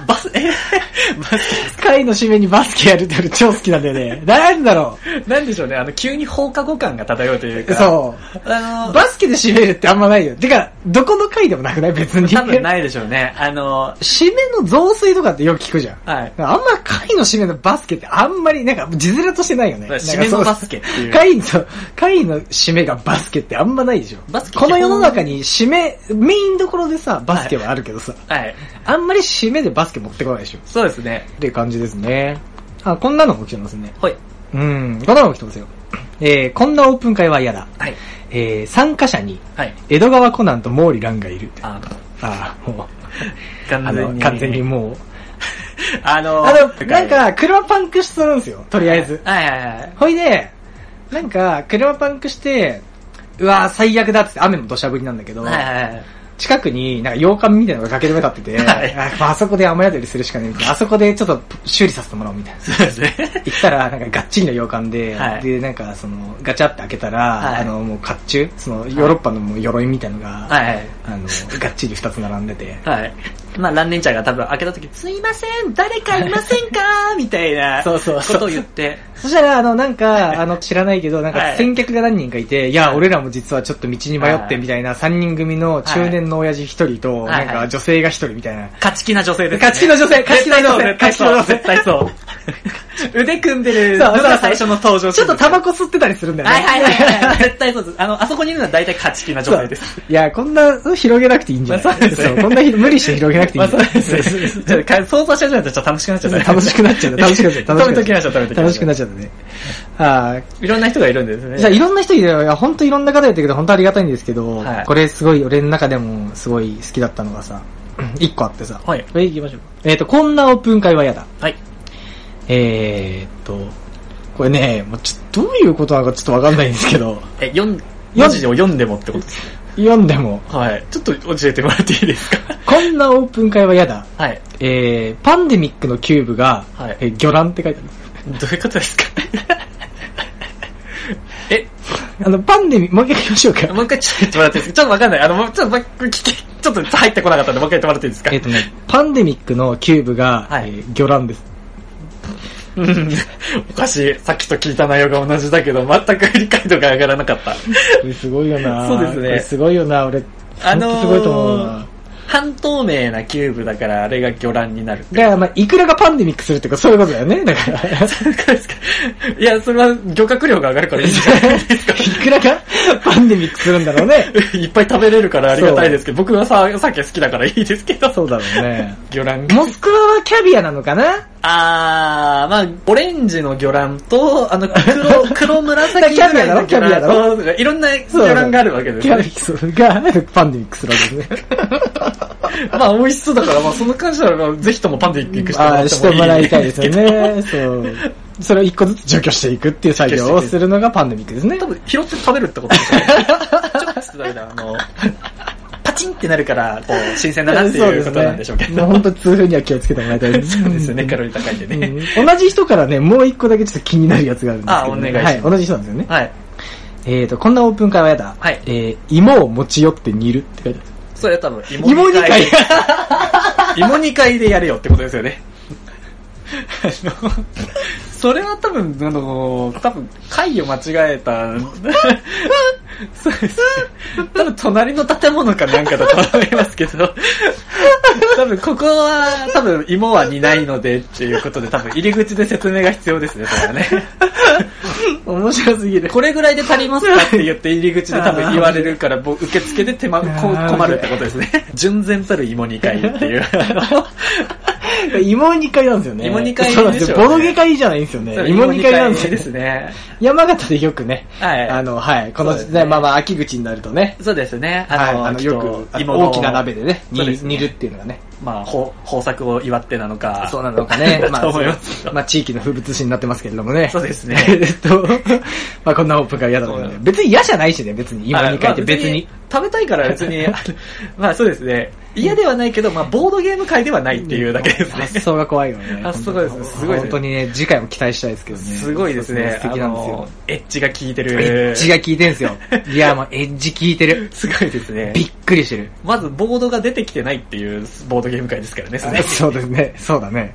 Speaker 3: バス、えーバス
Speaker 1: 会の締めにバスケやるって俺超好きなんだよね。なんだろ
Speaker 3: なんでしょうね、あの、急に放課後感が漂うという
Speaker 1: う。
Speaker 3: か。
Speaker 1: そう。
Speaker 3: う。あの、
Speaker 1: バスケで締めるってあんまないよ。てか、どこの回でもなくない別に。
Speaker 3: 多分ないでしょうね。あの、
Speaker 1: 締めの増水とかってよく聞くじゃん。
Speaker 3: はい。
Speaker 1: あんま会の締めのバスケってあんまり、なんか、字面としてないよね。
Speaker 3: 締めのバスケっていう
Speaker 1: 会の、会の締めがバスケってあんまないでしょ。
Speaker 3: バスケ
Speaker 1: この世の中に締め、メインどころでさ、バスケはあるけどさ、
Speaker 3: はい。
Speaker 1: あんまり締めでバスケ持ってこないでしょ。っ
Speaker 3: そうですね。
Speaker 1: ていう感じですね。あ、こんなのも来てますね。
Speaker 3: はい。
Speaker 1: うん、こんなのも来てますよ。えー、こんなオープン会は嫌だ。
Speaker 3: はい。
Speaker 1: えー、参加者に、
Speaker 3: はい。
Speaker 1: 江戸川コナンと毛利蘭がいる。
Speaker 3: あ
Speaker 1: あー、もう、あ
Speaker 3: 完全
Speaker 1: の、
Speaker 3: に。
Speaker 1: 完全に。もう、
Speaker 3: あの、
Speaker 1: あの、なん、か、車パンクするんですよ、とりあえず。
Speaker 3: はいはいはい。
Speaker 1: ほいで、なんか、車パンクして、うわー最悪だっつって、雨の土砂降りなんだけど、
Speaker 3: はいはいはい。
Speaker 1: 近くに、なんか、洋館みたいなのが崖で埋め立ってて、
Speaker 3: *laughs* はい
Speaker 1: あまああそこで雨宿りするしかねえみたいな、あそこでちょっと修理させてもらおうみたいな。
Speaker 3: そうですね。
Speaker 1: 行ったら、なんか、ガッチリの洋館で、
Speaker 3: はい
Speaker 1: で、なんか、その、ガチャって開けたら、
Speaker 3: はい
Speaker 1: あの、もう、甲冑その、ヨーロッパのもう鎧みたいのが、
Speaker 3: はい。
Speaker 1: あの、ガッチリ二つ並んでて、
Speaker 3: はい。まあ、ランネンチャーが多分開けた時、すいません、誰かいませんかみたいな、
Speaker 1: そうそうそう
Speaker 3: ことを言って、
Speaker 1: そしたら、あの、なんか、あの、知らないけど、なん
Speaker 3: はい
Speaker 1: か、先客が何人かいて、いや、俺らも実はちょっと道に迷ってみたいな、3人組の中年の親父1人と、
Speaker 3: は
Speaker 1: ないんか、女性が1人みたいな。
Speaker 3: 勝ち気な女性です、ね。
Speaker 1: 勝ち気な女性勝ち気な女性
Speaker 3: 絶対そう
Speaker 1: 勝
Speaker 3: 絶対そう。絶対そう腕組んでるの
Speaker 1: そうそうそ
Speaker 3: が
Speaker 1: う
Speaker 3: 最初の登場
Speaker 1: ちょっとタ
Speaker 3: た
Speaker 1: バ
Speaker 3: ま
Speaker 1: コ吸ってたりするんだよね。
Speaker 3: はいはいはいはい。絶対そうです。あの、あそこにいるのは大体勝ち気な女性です。
Speaker 1: そういや、こんな、広げなくていいんじゃない
Speaker 3: まあそうですね
Speaker 1: そうこんなひ、無理して広げなくていいんじゃない
Speaker 3: *laughs* ね。ちょっとか想像し始めたらちょっと楽しくなっちゃった
Speaker 1: *laughs*
Speaker 3: ね。
Speaker 1: 楽しくなっちゃうね楽しくなっちゃう楽し
Speaker 3: 食べとき
Speaker 1: くな
Speaker 3: ま
Speaker 1: っ
Speaker 3: し *laughs* ょう、食べときましょう。
Speaker 1: 楽しくなっ
Speaker 3: ち
Speaker 1: ちゃったね。あー
Speaker 3: ゃう。いろんな人がいるんですね。
Speaker 1: じゃあいろんな人いるよ。いや、本当いろんな方やったけど、本当ありがたいんですけど、
Speaker 3: はい
Speaker 1: これすごい俺の中でもすごい好きだったのがさ、 *clears throat* 一個あってさ。
Speaker 3: はい。
Speaker 1: え、行きましょう。えっ、と、こんなオープン会は嫌だ。
Speaker 3: はい。
Speaker 1: えー、っと、これね、もうちょっとどういうことなのかちょっとわかんないんですけ
Speaker 3: *laughs*
Speaker 1: ど、
Speaker 3: え、読ん、文字を読んでもってことです
Speaker 1: 読んでも、
Speaker 3: かはい。ちょっと教えてもらっていいですか
Speaker 1: こんなオープン会は嫌だ。
Speaker 3: はい。
Speaker 1: えー、パンデミックのキューブが、
Speaker 3: はい
Speaker 1: えー魚卵って書いてある。
Speaker 3: どういうことですか *laughs* え、
Speaker 1: あの、パンデミック、もう一回行きましょうか。
Speaker 3: もう一回ちょっと言ってもらっていいですかちょっとわかんない。あの、もうちょっともう一回聞け、ちょっと入ってこなかったんで、もう一回言ってもらっていいですか
Speaker 1: えっ、とね、パンデミックのキューブが、
Speaker 3: はい
Speaker 1: えー魚卵です。
Speaker 3: うんおかしい。さっきと聞いた内容が同じだけど、全く理解度が上がらな
Speaker 1: *laughs*
Speaker 3: かった。
Speaker 1: これすごいよな
Speaker 3: そうです
Speaker 1: こ
Speaker 3: ね
Speaker 1: れすごいよな俺、
Speaker 3: あのー
Speaker 1: ほんとすごいと思うな。
Speaker 3: 半透明なキューブだから、あれが魚卵になる。
Speaker 1: だから、まあ、いくらがパンデミックするってか、そういうことだよね。だから、
Speaker 3: そういうことですか *laughs* いや、それは漁獲量が上がるからいいんじ
Speaker 1: *laughs*
Speaker 3: ゃないですか。
Speaker 1: いくらがパンデミックするんだろうね。
Speaker 3: いっぱい食べれるからありがたいですけど、僕はさ、鮭好きだからいいですけど。
Speaker 1: そうだろうね。
Speaker 3: 魚卵が。
Speaker 1: モスクワはキャビアなのかな
Speaker 3: あー、まあオレンジの魚卵と、あの、黒、
Speaker 1: *laughs*
Speaker 3: 黒紫
Speaker 1: キャビアだろ
Speaker 3: の魚卵と、いろんな魚卵があるわけです
Speaker 1: キャビ
Speaker 3: ね。
Speaker 1: アがパンデミックするわけですね。
Speaker 3: まあ美味しそうだから、まあその感じは、まあぜひともパンで一くして
Speaker 1: あ
Speaker 3: もら
Speaker 1: あ、
Speaker 3: って
Speaker 1: し
Speaker 3: もい
Speaker 1: て
Speaker 3: い
Speaker 1: もらいたいですよね。そう。それを一個ずつ除去していくっていう作業をするのがパンデミックですね
Speaker 3: 多。分拾って食べるってことですよね。ちょっと食べたら、あの、パチンってなるから、こう、新鮮だなっていうことなんでしょうけ
Speaker 1: も
Speaker 3: ど。
Speaker 1: う本当痛風には気をつ
Speaker 3: *laughs*
Speaker 1: けてもらいたいです。
Speaker 3: そうですよね、カロリー高いんで
Speaker 1: う
Speaker 3: ね。
Speaker 1: ん同じ人からね、もう一個だけちょっと気になるやつがあるんですけど、ね。
Speaker 3: あお願いしま
Speaker 1: は
Speaker 3: す
Speaker 1: い、同じ人なんですよね。
Speaker 3: はい。
Speaker 1: えーと、こんなオープン会はやだ。
Speaker 3: はい
Speaker 1: えー、芋を持ち寄って煮るって書いてある。
Speaker 3: それは多分、
Speaker 1: 芋煮会
Speaker 3: 芋煮会でやれよってことですよね。あのそれは多分、あの、多分、会を間違えた。そうですね。多分、隣の建物かなんかだと思いますけど、多分、ここは、多分、芋は煮ないのでっていうことで、多分、入り口で説明が必要ですね、それはね。 *laughs*
Speaker 1: 面白すぎる。
Speaker 3: これぐらいで足りますかって言って入り口で多分言われるから、ぼ受付で手間、こ
Speaker 1: あー
Speaker 3: 困るってことですね。純然たる芋煮会って *laughs* いう。
Speaker 1: 芋煮会なんですよね。
Speaker 3: 芋煮会でし
Speaker 1: そ
Speaker 3: ょ
Speaker 1: う
Speaker 3: う
Speaker 1: な
Speaker 3: ね
Speaker 1: んですよ。ボドゲ会じゃないんですよね。芋煮会なんですよ。
Speaker 3: ですね。
Speaker 1: 山形でよくね、
Speaker 3: はい
Speaker 1: あの、はい、この、
Speaker 3: そう
Speaker 1: ね
Speaker 3: ですね
Speaker 1: まあまあ、秋口になるとね、
Speaker 3: そうですね。
Speaker 1: は
Speaker 3: あ
Speaker 1: い、
Speaker 3: の、
Speaker 1: あの
Speaker 3: きっと
Speaker 1: よくあの
Speaker 3: 芋の
Speaker 1: 大きな鍋でね煮
Speaker 3: そうですね
Speaker 1: 煮るっていうのがね、
Speaker 3: まあ、ほ豊作を祝ってなのか。
Speaker 1: そうなのか *laughs*
Speaker 3: *laughs*、
Speaker 1: ね
Speaker 3: だと思います
Speaker 1: まあ、まあ、地域の風物詩になってますけれどもね。
Speaker 3: そうですね
Speaker 1: *laughs* えっと、まあ、こんなオープンが嫌だと思う
Speaker 3: そう
Speaker 1: ね。別に嫌じゃないしね、別に。芋煮会って別に。。
Speaker 3: 食べたいから別に、あのまあそうですね。嫌ではないけど、まあ、ボードゲーム会ではないっていうだけですね。
Speaker 1: 発想が怖いよね。
Speaker 3: 発想がですねすごいですね
Speaker 1: 本当にね、次回も期待したいですけどね。
Speaker 3: *laughs* すごいですね。
Speaker 1: そうそう素敵なんです
Speaker 3: あ
Speaker 1: よ
Speaker 3: の。エッジが効いてる。
Speaker 1: エッジが効いてんすよ。いや、もうエッジ効いてる。
Speaker 3: すごいですね。
Speaker 1: びっくりしてる。
Speaker 3: まずボードが出てきてないっていうボードゲーム会ですからね、それ
Speaker 1: そうですね。そうだね。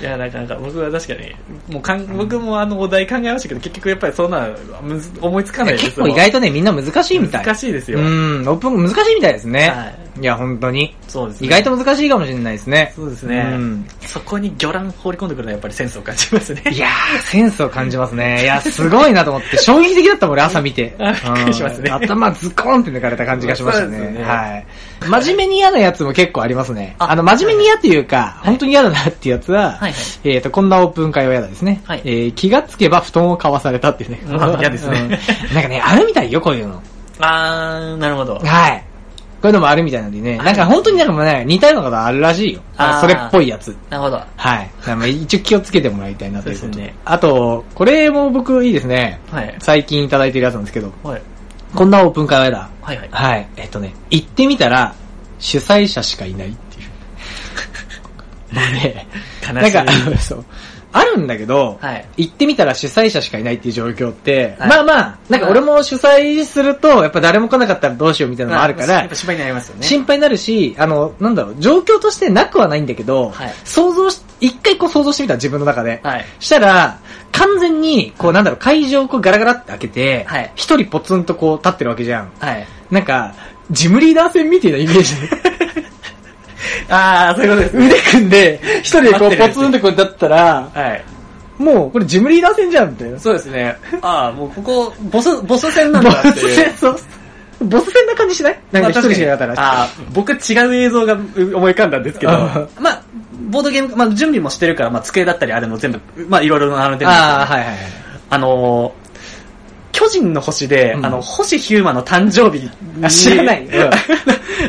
Speaker 3: いや、なんか、なんか僕は確かに、もうかん、僕もあのお題考えましたけど、結局やっぱりそんな、むず思いつかないです
Speaker 1: 結構意外とね、みんな難しいみたい。
Speaker 3: *laughs* 難しいですよ。
Speaker 1: うん、オープン難しいみたいですね。、
Speaker 3: はい
Speaker 1: や、本当に。
Speaker 3: そうですね。
Speaker 1: 意外と難しいかもしれないですね。
Speaker 3: そうですね、
Speaker 1: うん
Speaker 3: そこに魚卵放り込んでくるのはやっぱりセンスを感じ *laughs* ますね。
Speaker 1: いやー、センスを感じますね。いや、すごいなと思って、衝撃的だったもん、俺朝見て。
Speaker 3: あびっくりしますね
Speaker 1: うん頭ズコーンって抜かれた感じがしました
Speaker 3: そうです
Speaker 1: ね。
Speaker 3: ね
Speaker 1: はい。真面目に嫌なやつも結構ありますね。
Speaker 3: あ
Speaker 1: あの、真面目に嫌っていうか、本当に嫌だなっていうやつは、
Speaker 3: はいはい
Speaker 1: えっと、こんなオープン会は嫌だですね。
Speaker 3: はい
Speaker 1: えー気がつけば布団を買わされたっていうね。
Speaker 3: あ *laughs* 嫌ですね
Speaker 1: うんなんかね、あるみたいよ、こういうの。
Speaker 3: あー、なるほど。
Speaker 1: はい。こういうのもあるみたいなんでね。
Speaker 3: はい
Speaker 1: なんか本当になんかもうね、似たようなことあるらしいよ。
Speaker 3: あー
Speaker 1: それっぽいやつ。
Speaker 3: なるほど。
Speaker 1: はい。だからまあ一応気をつけてもらいたいなというこ
Speaker 3: そう
Speaker 1: と
Speaker 3: です
Speaker 1: で
Speaker 3: ね。
Speaker 1: あと、これも僕いいですね。
Speaker 3: はい。
Speaker 1: 最近いただいてるやつなんですけど、
Speaker 3: はい。
Speaker 1: こんなオープン会はやだ。
Speaker 3: はいはい。
Speaker 1: はい。えっとね、行ってみたら、主催者しかいないっていう。
Speaker 3: *laughs*
Speaker 1: もうね、
Speaker 3: 悲
Speaker 1: なん
Speaker 3: しい。
Speaker 1: か、そう。あるんだけど、
Speaker 3: はい。
Speaker 1: 行ってみたら主催者しかいないっていう状況って、
Speaker 3: はい
Speaker 1: まあまあ、なんか俺も主催すると、やっぱ誰も来なかったらどうしようみたいなのもあるか
Speaker 3: や
Speaker 1: ら
Speaker 3: っぱ、心配になりますよね。
Speaker 1: 心配になるし、あの、なんだろう、状況としてなくはないんだけど、
Speaker 3: はい
Speaker 1: 想像し、一回こう想像してみた自分の中で。
Speaker 3: はい。
Speaker 1: したら、完全に、こうなんだろう、会場をこうガラガラって開けて
Speaker 3: はい、
Speaker 1: 一、人ポツンとこう立ってるわけじゃん。
Speaker 3: はい。
Speaker 1: なんか、ジムリーダー戦みたいなイメージで。
Speaker 3: *laughs* あー、そういうことですね。
Speaker 1: 腕組んで、一人でこ
Speaker 3: 待っ
Speaker 1: う
Speaker 3: てるや
Speaker 1: ポ
Speaker 3: つ
Speaker 1: ツンとこう立ったら、
Speaker 3: はい。
Speaker 1: もうこれジムリーダー戦じゃんみたいな。
Speaker 3: そうですね。ああ、もうここ、ボス、 *laughs* ボス戦なんだ
Speaker 1: ボ
Speaker 3: って
Speaker 1: ス
Speaker 3: い
Speaker 1: 戦、
Speaker 3: う。
Speaker 1: そう。ボス戦な感じしないなんか一人しかいなかったら。
Speaker 3: ああ、僕違う映像がう思い浮かんだんですけ *laughs* ど、
Speaker 1: あ
Speaker 3: まあ、ボードゲーム、まあ準備もしてるから、まあ机だったりあれも全部、まあいろいろ並んでるんですけど、
Speaker 1: あー、はいはいはい。
Speaker 3: あのー巨人の星で、
Speaker 1: うん
Speaker 3: *laughs* あの、星ヒューマンの誕生日に
Speaker 1: あ知らないうん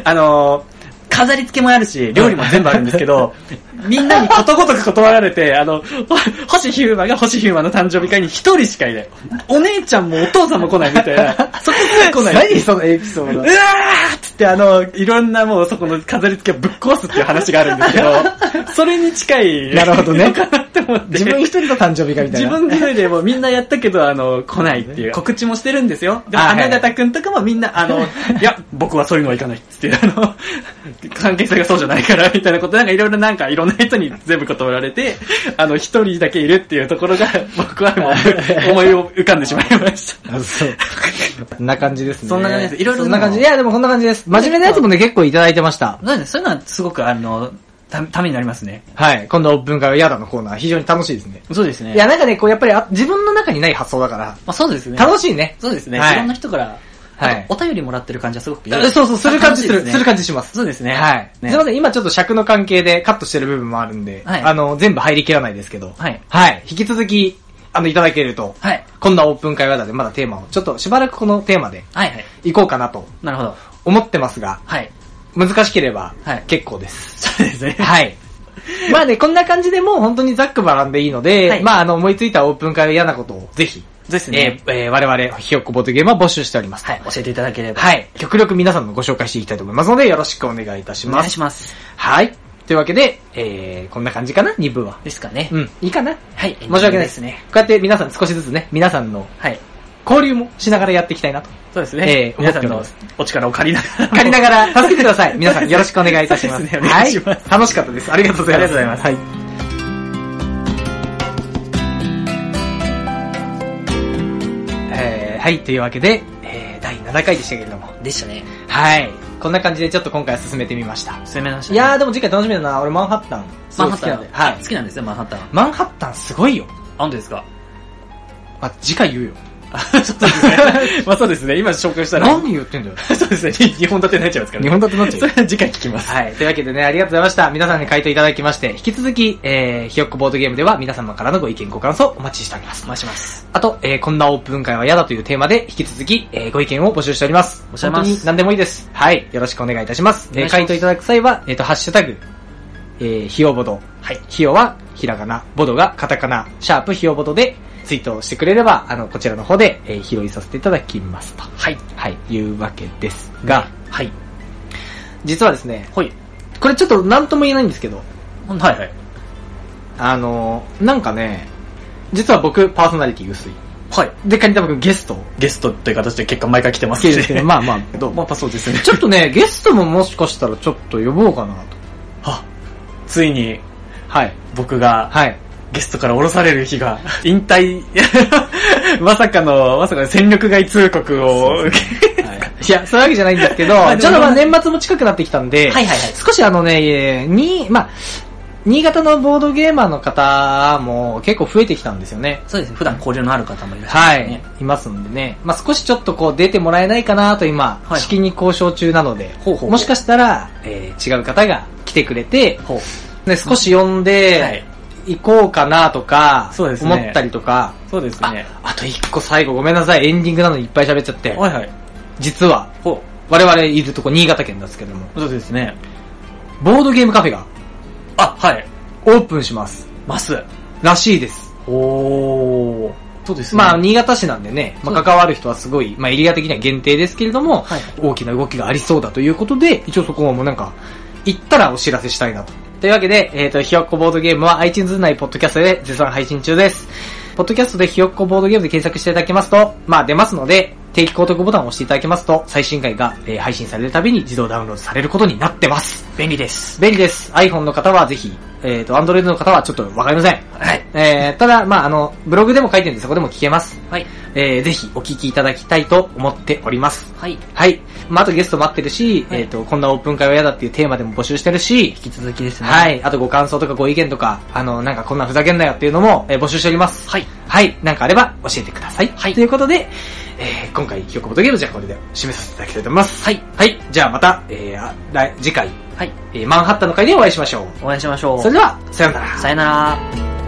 Speaker 3: あのー
Speaker 2: 飾り付けもあるし、
Speaker 3: 料理も全部あるんです
Speaker 1: *laughs*
Speaker 3: けど、みんなにことごとく断られて、あの、ほ星ヒューマンが星ヒューマンの誕生日会に一人しかいない。お姉ちゃんもお父さんも来ないみたい
Speaker 1: *laughs*
Speaker 3: な。そこすら来ない。
Speaker 1: 何そのエピソー
Speaker 3: う
Speaker 1: ド
Speaker 3: *laughs* わ。ーっつってあの、いろんなもうそこの飾り付けをぶっ壊すっていう話があるんです
Speaker 1: *laughs*
Speaker 3: けど、それに近い。
Speaker 1: なるほどね
Speaker 3: のか *laughs* なって思って。
Speaker 1: *laughs* 自分一人の誕生日会みたい
Speaker 3: 自
Speaker 1: な。
Speaker 3: 分一人でもうみんなやったけど、あの、来ないっていう。告知もしてるんですよ。でも、
Speaker 1: あはい
Speaker 3: 花形くんとかもみんな、
Speaker 2: *laughs*
Speaker 3: あの、いや、僕はそういうのはいかないっつって、あの、関係性がそうじゃないから、みたいなこと、なんかいろいろなんかいろんな人に全部断られて、あの、一人だけいるっていうところが、 *laughs* 僕はもう、思いを浮かんでしまいました。
Speaker 1: あそう。こんな感じですね。
Speaker 2: そんな感じですいろいろ
Speaker 1: そんな感じ。いや、でもこんな感じです。真面目なやつもね、結構いただいてました。
Speaker 2: なんで、そういうのはすごく、あの、たためになりますね。
Speaker 1: はい。今度、文化は嫌だのコーナー、非常に楽しいですね。
Speaker 2: そうですね。
Speaker 1: いや、なんかね、こう、やっぱりあ、自分の中にない発想だから、
Speaker 2: まあ、そうですね。
Speaker 1: 楽しいね。
Speaker 2: そうですね。
Speaker 1: はい
Speaker 2: いろんな人から、
Speaker 1: はい
Speaker 2: あとお便りもらってる感じはすごくいい。
Speaker 1: あそうそう、する感じする、
Speaker 2: 楽しいですね
Speaker 1: る感じします。
Speaker 2: そうですね。
Speaker 1: はい。
Speaker 2: ね
Speaker 1: すいません、今ちょっと尺の関係でカットしてる部分もあるんで、
Speaker 2: はい
Speaker 1: あの、全部入りきらないですけど、
Speaker 2: はい
Speaker 1: はい。引き続き、あの、いただけると、
Speaker 2: はい。
Speaker 1: こんなオープン会話だで、まだテーマを、ちょっとしばらくこのテーマで
Speaker 2: はいはい。
Speaker 1: いこうかなと
Speaker 2: なるほど。
Speaker 1: 思ってますが、
Speaker 2: はい。
Speaker 1: 難しければ
Speaker 2: はい、
Speaker 1: 結構です。
Speaker 2: そうですね。
Speaker 1: はい。 *laughs* まあね、こんな感じでもう本当にざっくばらんでいいので、
Speaker 2: はい
Speaker 1: まああの思いついたオープン会は嫌なことをぜひ、
Speaker 2: ですね。
Speaker 1: えーえー我々、ひよっこボードゲームは募集しております。
Speaker 2: はい。教えていただければ。
Speaker 1: はい。極力皆さんのご紹介していきたいと思いますので、よろしくお願いいたし
Speaker 2: お
Speaker 1: ま
Speaker 2: 願い
Speaker 1: す。
Speaker 2: します。
Speaker 1: はい。というわけで、えー、こんな感じかな、2部は。
Speaker 2: ですかね。
Speaker 1: うん、いいかな。
Speaker 2: はい。
Speaker 1: 申し訳ない
Speaker 2: で
Speaker 1: ですすね
Speaker 2: ね。。
Speaker 1: こうやって皆さん少しずつね、皆さんの
Speaker 2: はい。
Speaker 1: 交流もしながらやっていきたいなと。
Speaker 2: そうですね。
Speaker 1: えー
Speaker 2: 皆さん
Speaker 1: 思
Speaker 2: の
Speaker 1: ってお
Speaker 2: お力を借りながら。
Speaker 1: 借りながら助けてください。皆さんよろしくお願いいたします。
Speaker 2: *laughs* そうですねお願いします
Speaker 1: はい。楽しかったです。ありがとうございます。
Speaker 2: *laughs* ありがとうござ
Speaker 1: います。はい。えー、はい、というわけで、えー、第7回でしたけれども。
Speaker 2: でしたね。
Speaker 1: はい。こんな感じでちょっと今回は進めてみました。
Speaker 2: 進めました
Speaker 1: い
Speaker 2: ね。
Speaker 1: やーでも次回楽しみだな。俺マンハッタン。す
Speaker 2: マ
Speaker 1: ごい
Speaker 2: ン
Speaker 1: 好きな
Speaker 2: ハッタ
Speaker 1: んで
Speaker 2: ン。。
Speaker 1: はい
Speaker 2: 好。きなんですよ、マンハッタン。あ、
Speaker 1: マンハッタンすごいよ。
Speaker 2: 本当ですか。
Speaker 1: まあ、次回言うよ。
Speaker 2: そうですね。まあそうですね。今紹介したら。
Speaker 1: 何言ってんだよ。
Speaker 2: そうですね。日本立てになっちゃいますか
Speaker 1: *laughs*
Speaker 2: ら
Speaker 1: 日本立てになっちゃう
Speaker 2: それは次回聞きます。
Speaker 1: はい。というわけでね、ありがとうございました。皆さんに回答いただきまして、引き続き、えー、ひよっこボードゲームでは皆様からのご意見、ご感想お待ちしております。
Speaker 2: お待ちします。
Speaker 1: あと、えー、こんなオープン会は嫌だというテーマで、引き続き、えー、ご意見を募集しております。
Speaker 2: 募集しております
Speaker 1: 本当に何でもいいです。はい。よろしくお願いいたします。
Speaker 2: お願
Speaker 1: えー
Speaker 2: いします
Speaker 1: 回答いただく際は、えっ、と、ハッシュタグ、えー、ひよぼど。
Speaker 2: はい。
Speaker 1: ひよはひらがな、ボドがカタカナ、シャープひよぼどで、ツイートをしてくれれば、あの、こちらの方で、えー、拾いさせていただきますと。
Speaker 2: はい。
Speaker 1: はい。いうわけですが、
Speaker 2: はい。
Speaker 1: 実はですね、
Speaker 2: ほい。
Speaker 1: これちょっと何とも言えないんですけど、
Speaker 2: はいはい。
Speaker 1: あのー、なんかね、実は僕、パーソナリティ薄い。
Speaker 2: はい。
Speaker 1: で、カニタマ君ゲストを
Speaker 2: ゲストという形で結果毎回来てま
Speaker 1: つけるんですけど、まあま
Speaker 2: *laughs*
Speaker 1: あ、どう
Speaker 2: ま
Speaker 1: も。
Speaker 2: あそうですね。
Speaker 1: ちょっとね、ゲストももしかしたらちょっと呼ぼうかなと。
Speaker 2: あ、ついに
Speaker 1: はい。
Speaker 2: 僕が
Speaker 1: はい。
Speaker 2: ゲストから降ろされる日が、引退、 *laughs* まさかの、まさかの戦力外通告を受け、
Speaker 1: いや、そういうわけじゃないんですけど、
Speaker 2: *laughs* まあで
Speaker 1: ちょ
Speaker 2: も
Speaker 1: っとまあ年末も近くなってきたんで、
Speaker 2: はいはいはい
Speaker 1: 少しあのね、えーに、まあ、新潟のボードゲーマーの方も結構増えてきたんですよね。
Speaker 2: そうですね。普段交流のある方もいらっし
Speaker 1: は
Speaker 2: ゃる
Speaker 1: い、
Speaker 2: ね。
Speaker 1: いますんでね。まあ、少しちょっとこう出てもらえないかなと今、
Speaker 2: はい
Speaker 1: 至近に交渉中なので、
Speaker 2: ほうほうほう
Speaker 1: もしかしたら、えー違う方が来てくれて、
Speaker 2: ほう。
Speaker 1: ね、少し呼ん
Speaker 2: はい
Speaker 1: で、行こうかなとか、
Speaker 2: そうですね
Speaker 1: 思ったりとか、
Speaker 2: そうです
Speaker 1: あ
Speaker 2: ね。
Speaker 1: あと一個最後ごめんなさい、エンディングなのにいっぱい喋っちゃって、
Speaker 2: はいはい。
Speaker 1: 実は、
Speaker 2: ほ
Speaker 1: 我々いるとこ新潟県なんですけども、
Speaker 2: う。そうですね。
Speaker 1: ボードゲームカフェが
Speaker 2: あ、はい。
Speaker 1: オープンします。
Speaker 2: ます。
Speaker 1: らしいです。
Speaker 2: おー。そうですね。
Speaker 1: まあ、新潟市なんでね、まあ、関わる人はすごい、まあ、エリア的には限定ですけれども、
Speaker 2: はい
Speaker 1: 大きな動きがありそうだということで、一応そこはもうなんか、行ったらお知らせしたいなと。というわけで、えっ、と、ひよっこボードゲームは iTunes 内ポッドキャストで絶賛配信中です。ポッドキャストでひよっこボードゲームで検索していただけますと、まあ出ますので、定期購読ボタンを押していただけますと、最新回が、えー配信されるたびに自動ダウンロードされることになってます。
Speaker 2: 便利です。
Speaker 1: 便利です。iPhone の方はぜひ、えっ、と、Android の方はちょっとわかりません。
Speaker 2: はい。
Speaker 1: えー、ただ、まああの、ブログでも書いてるんでそこでも聞けます。
Speaker 2: はい。
Speaker 1: えー、ぜひお聞きいただきたいと思っております。
Speaker 2: はい。
Speaker 1: はい。まあ、あとゲスト待ってるし、
Speaker 2: はい
Speaker 1: えっ、と、こんなオープン会は嫌だっていうテーマでも募集してるし、
Speaker 2: 引き続きですね。。
Speaker 1: はいい。あとご感想とかご意見とか、あの、なんかこんなんふざけんなよっていうのも、えー募集しております。
Speaker 2: はい。
Speaker 1: はい。なんかあれば教えてください。
Speaker 2: はい
Speaker 1: ということで、えー、今回、ひよこぼとゲームじゃあこれで締めさせていただきたいと思います。
Speaker 2: はい。
Speaker 1: はい。じゃあまた、えーあ来、次回、
Speaker 2: はい。
Speaker 1: えーマンハッタンの会でお会いしましょう。
Speaker 2: お会いしましょう。
Speaker 1: それでは、さようなら。
Speaker 2: さよなら。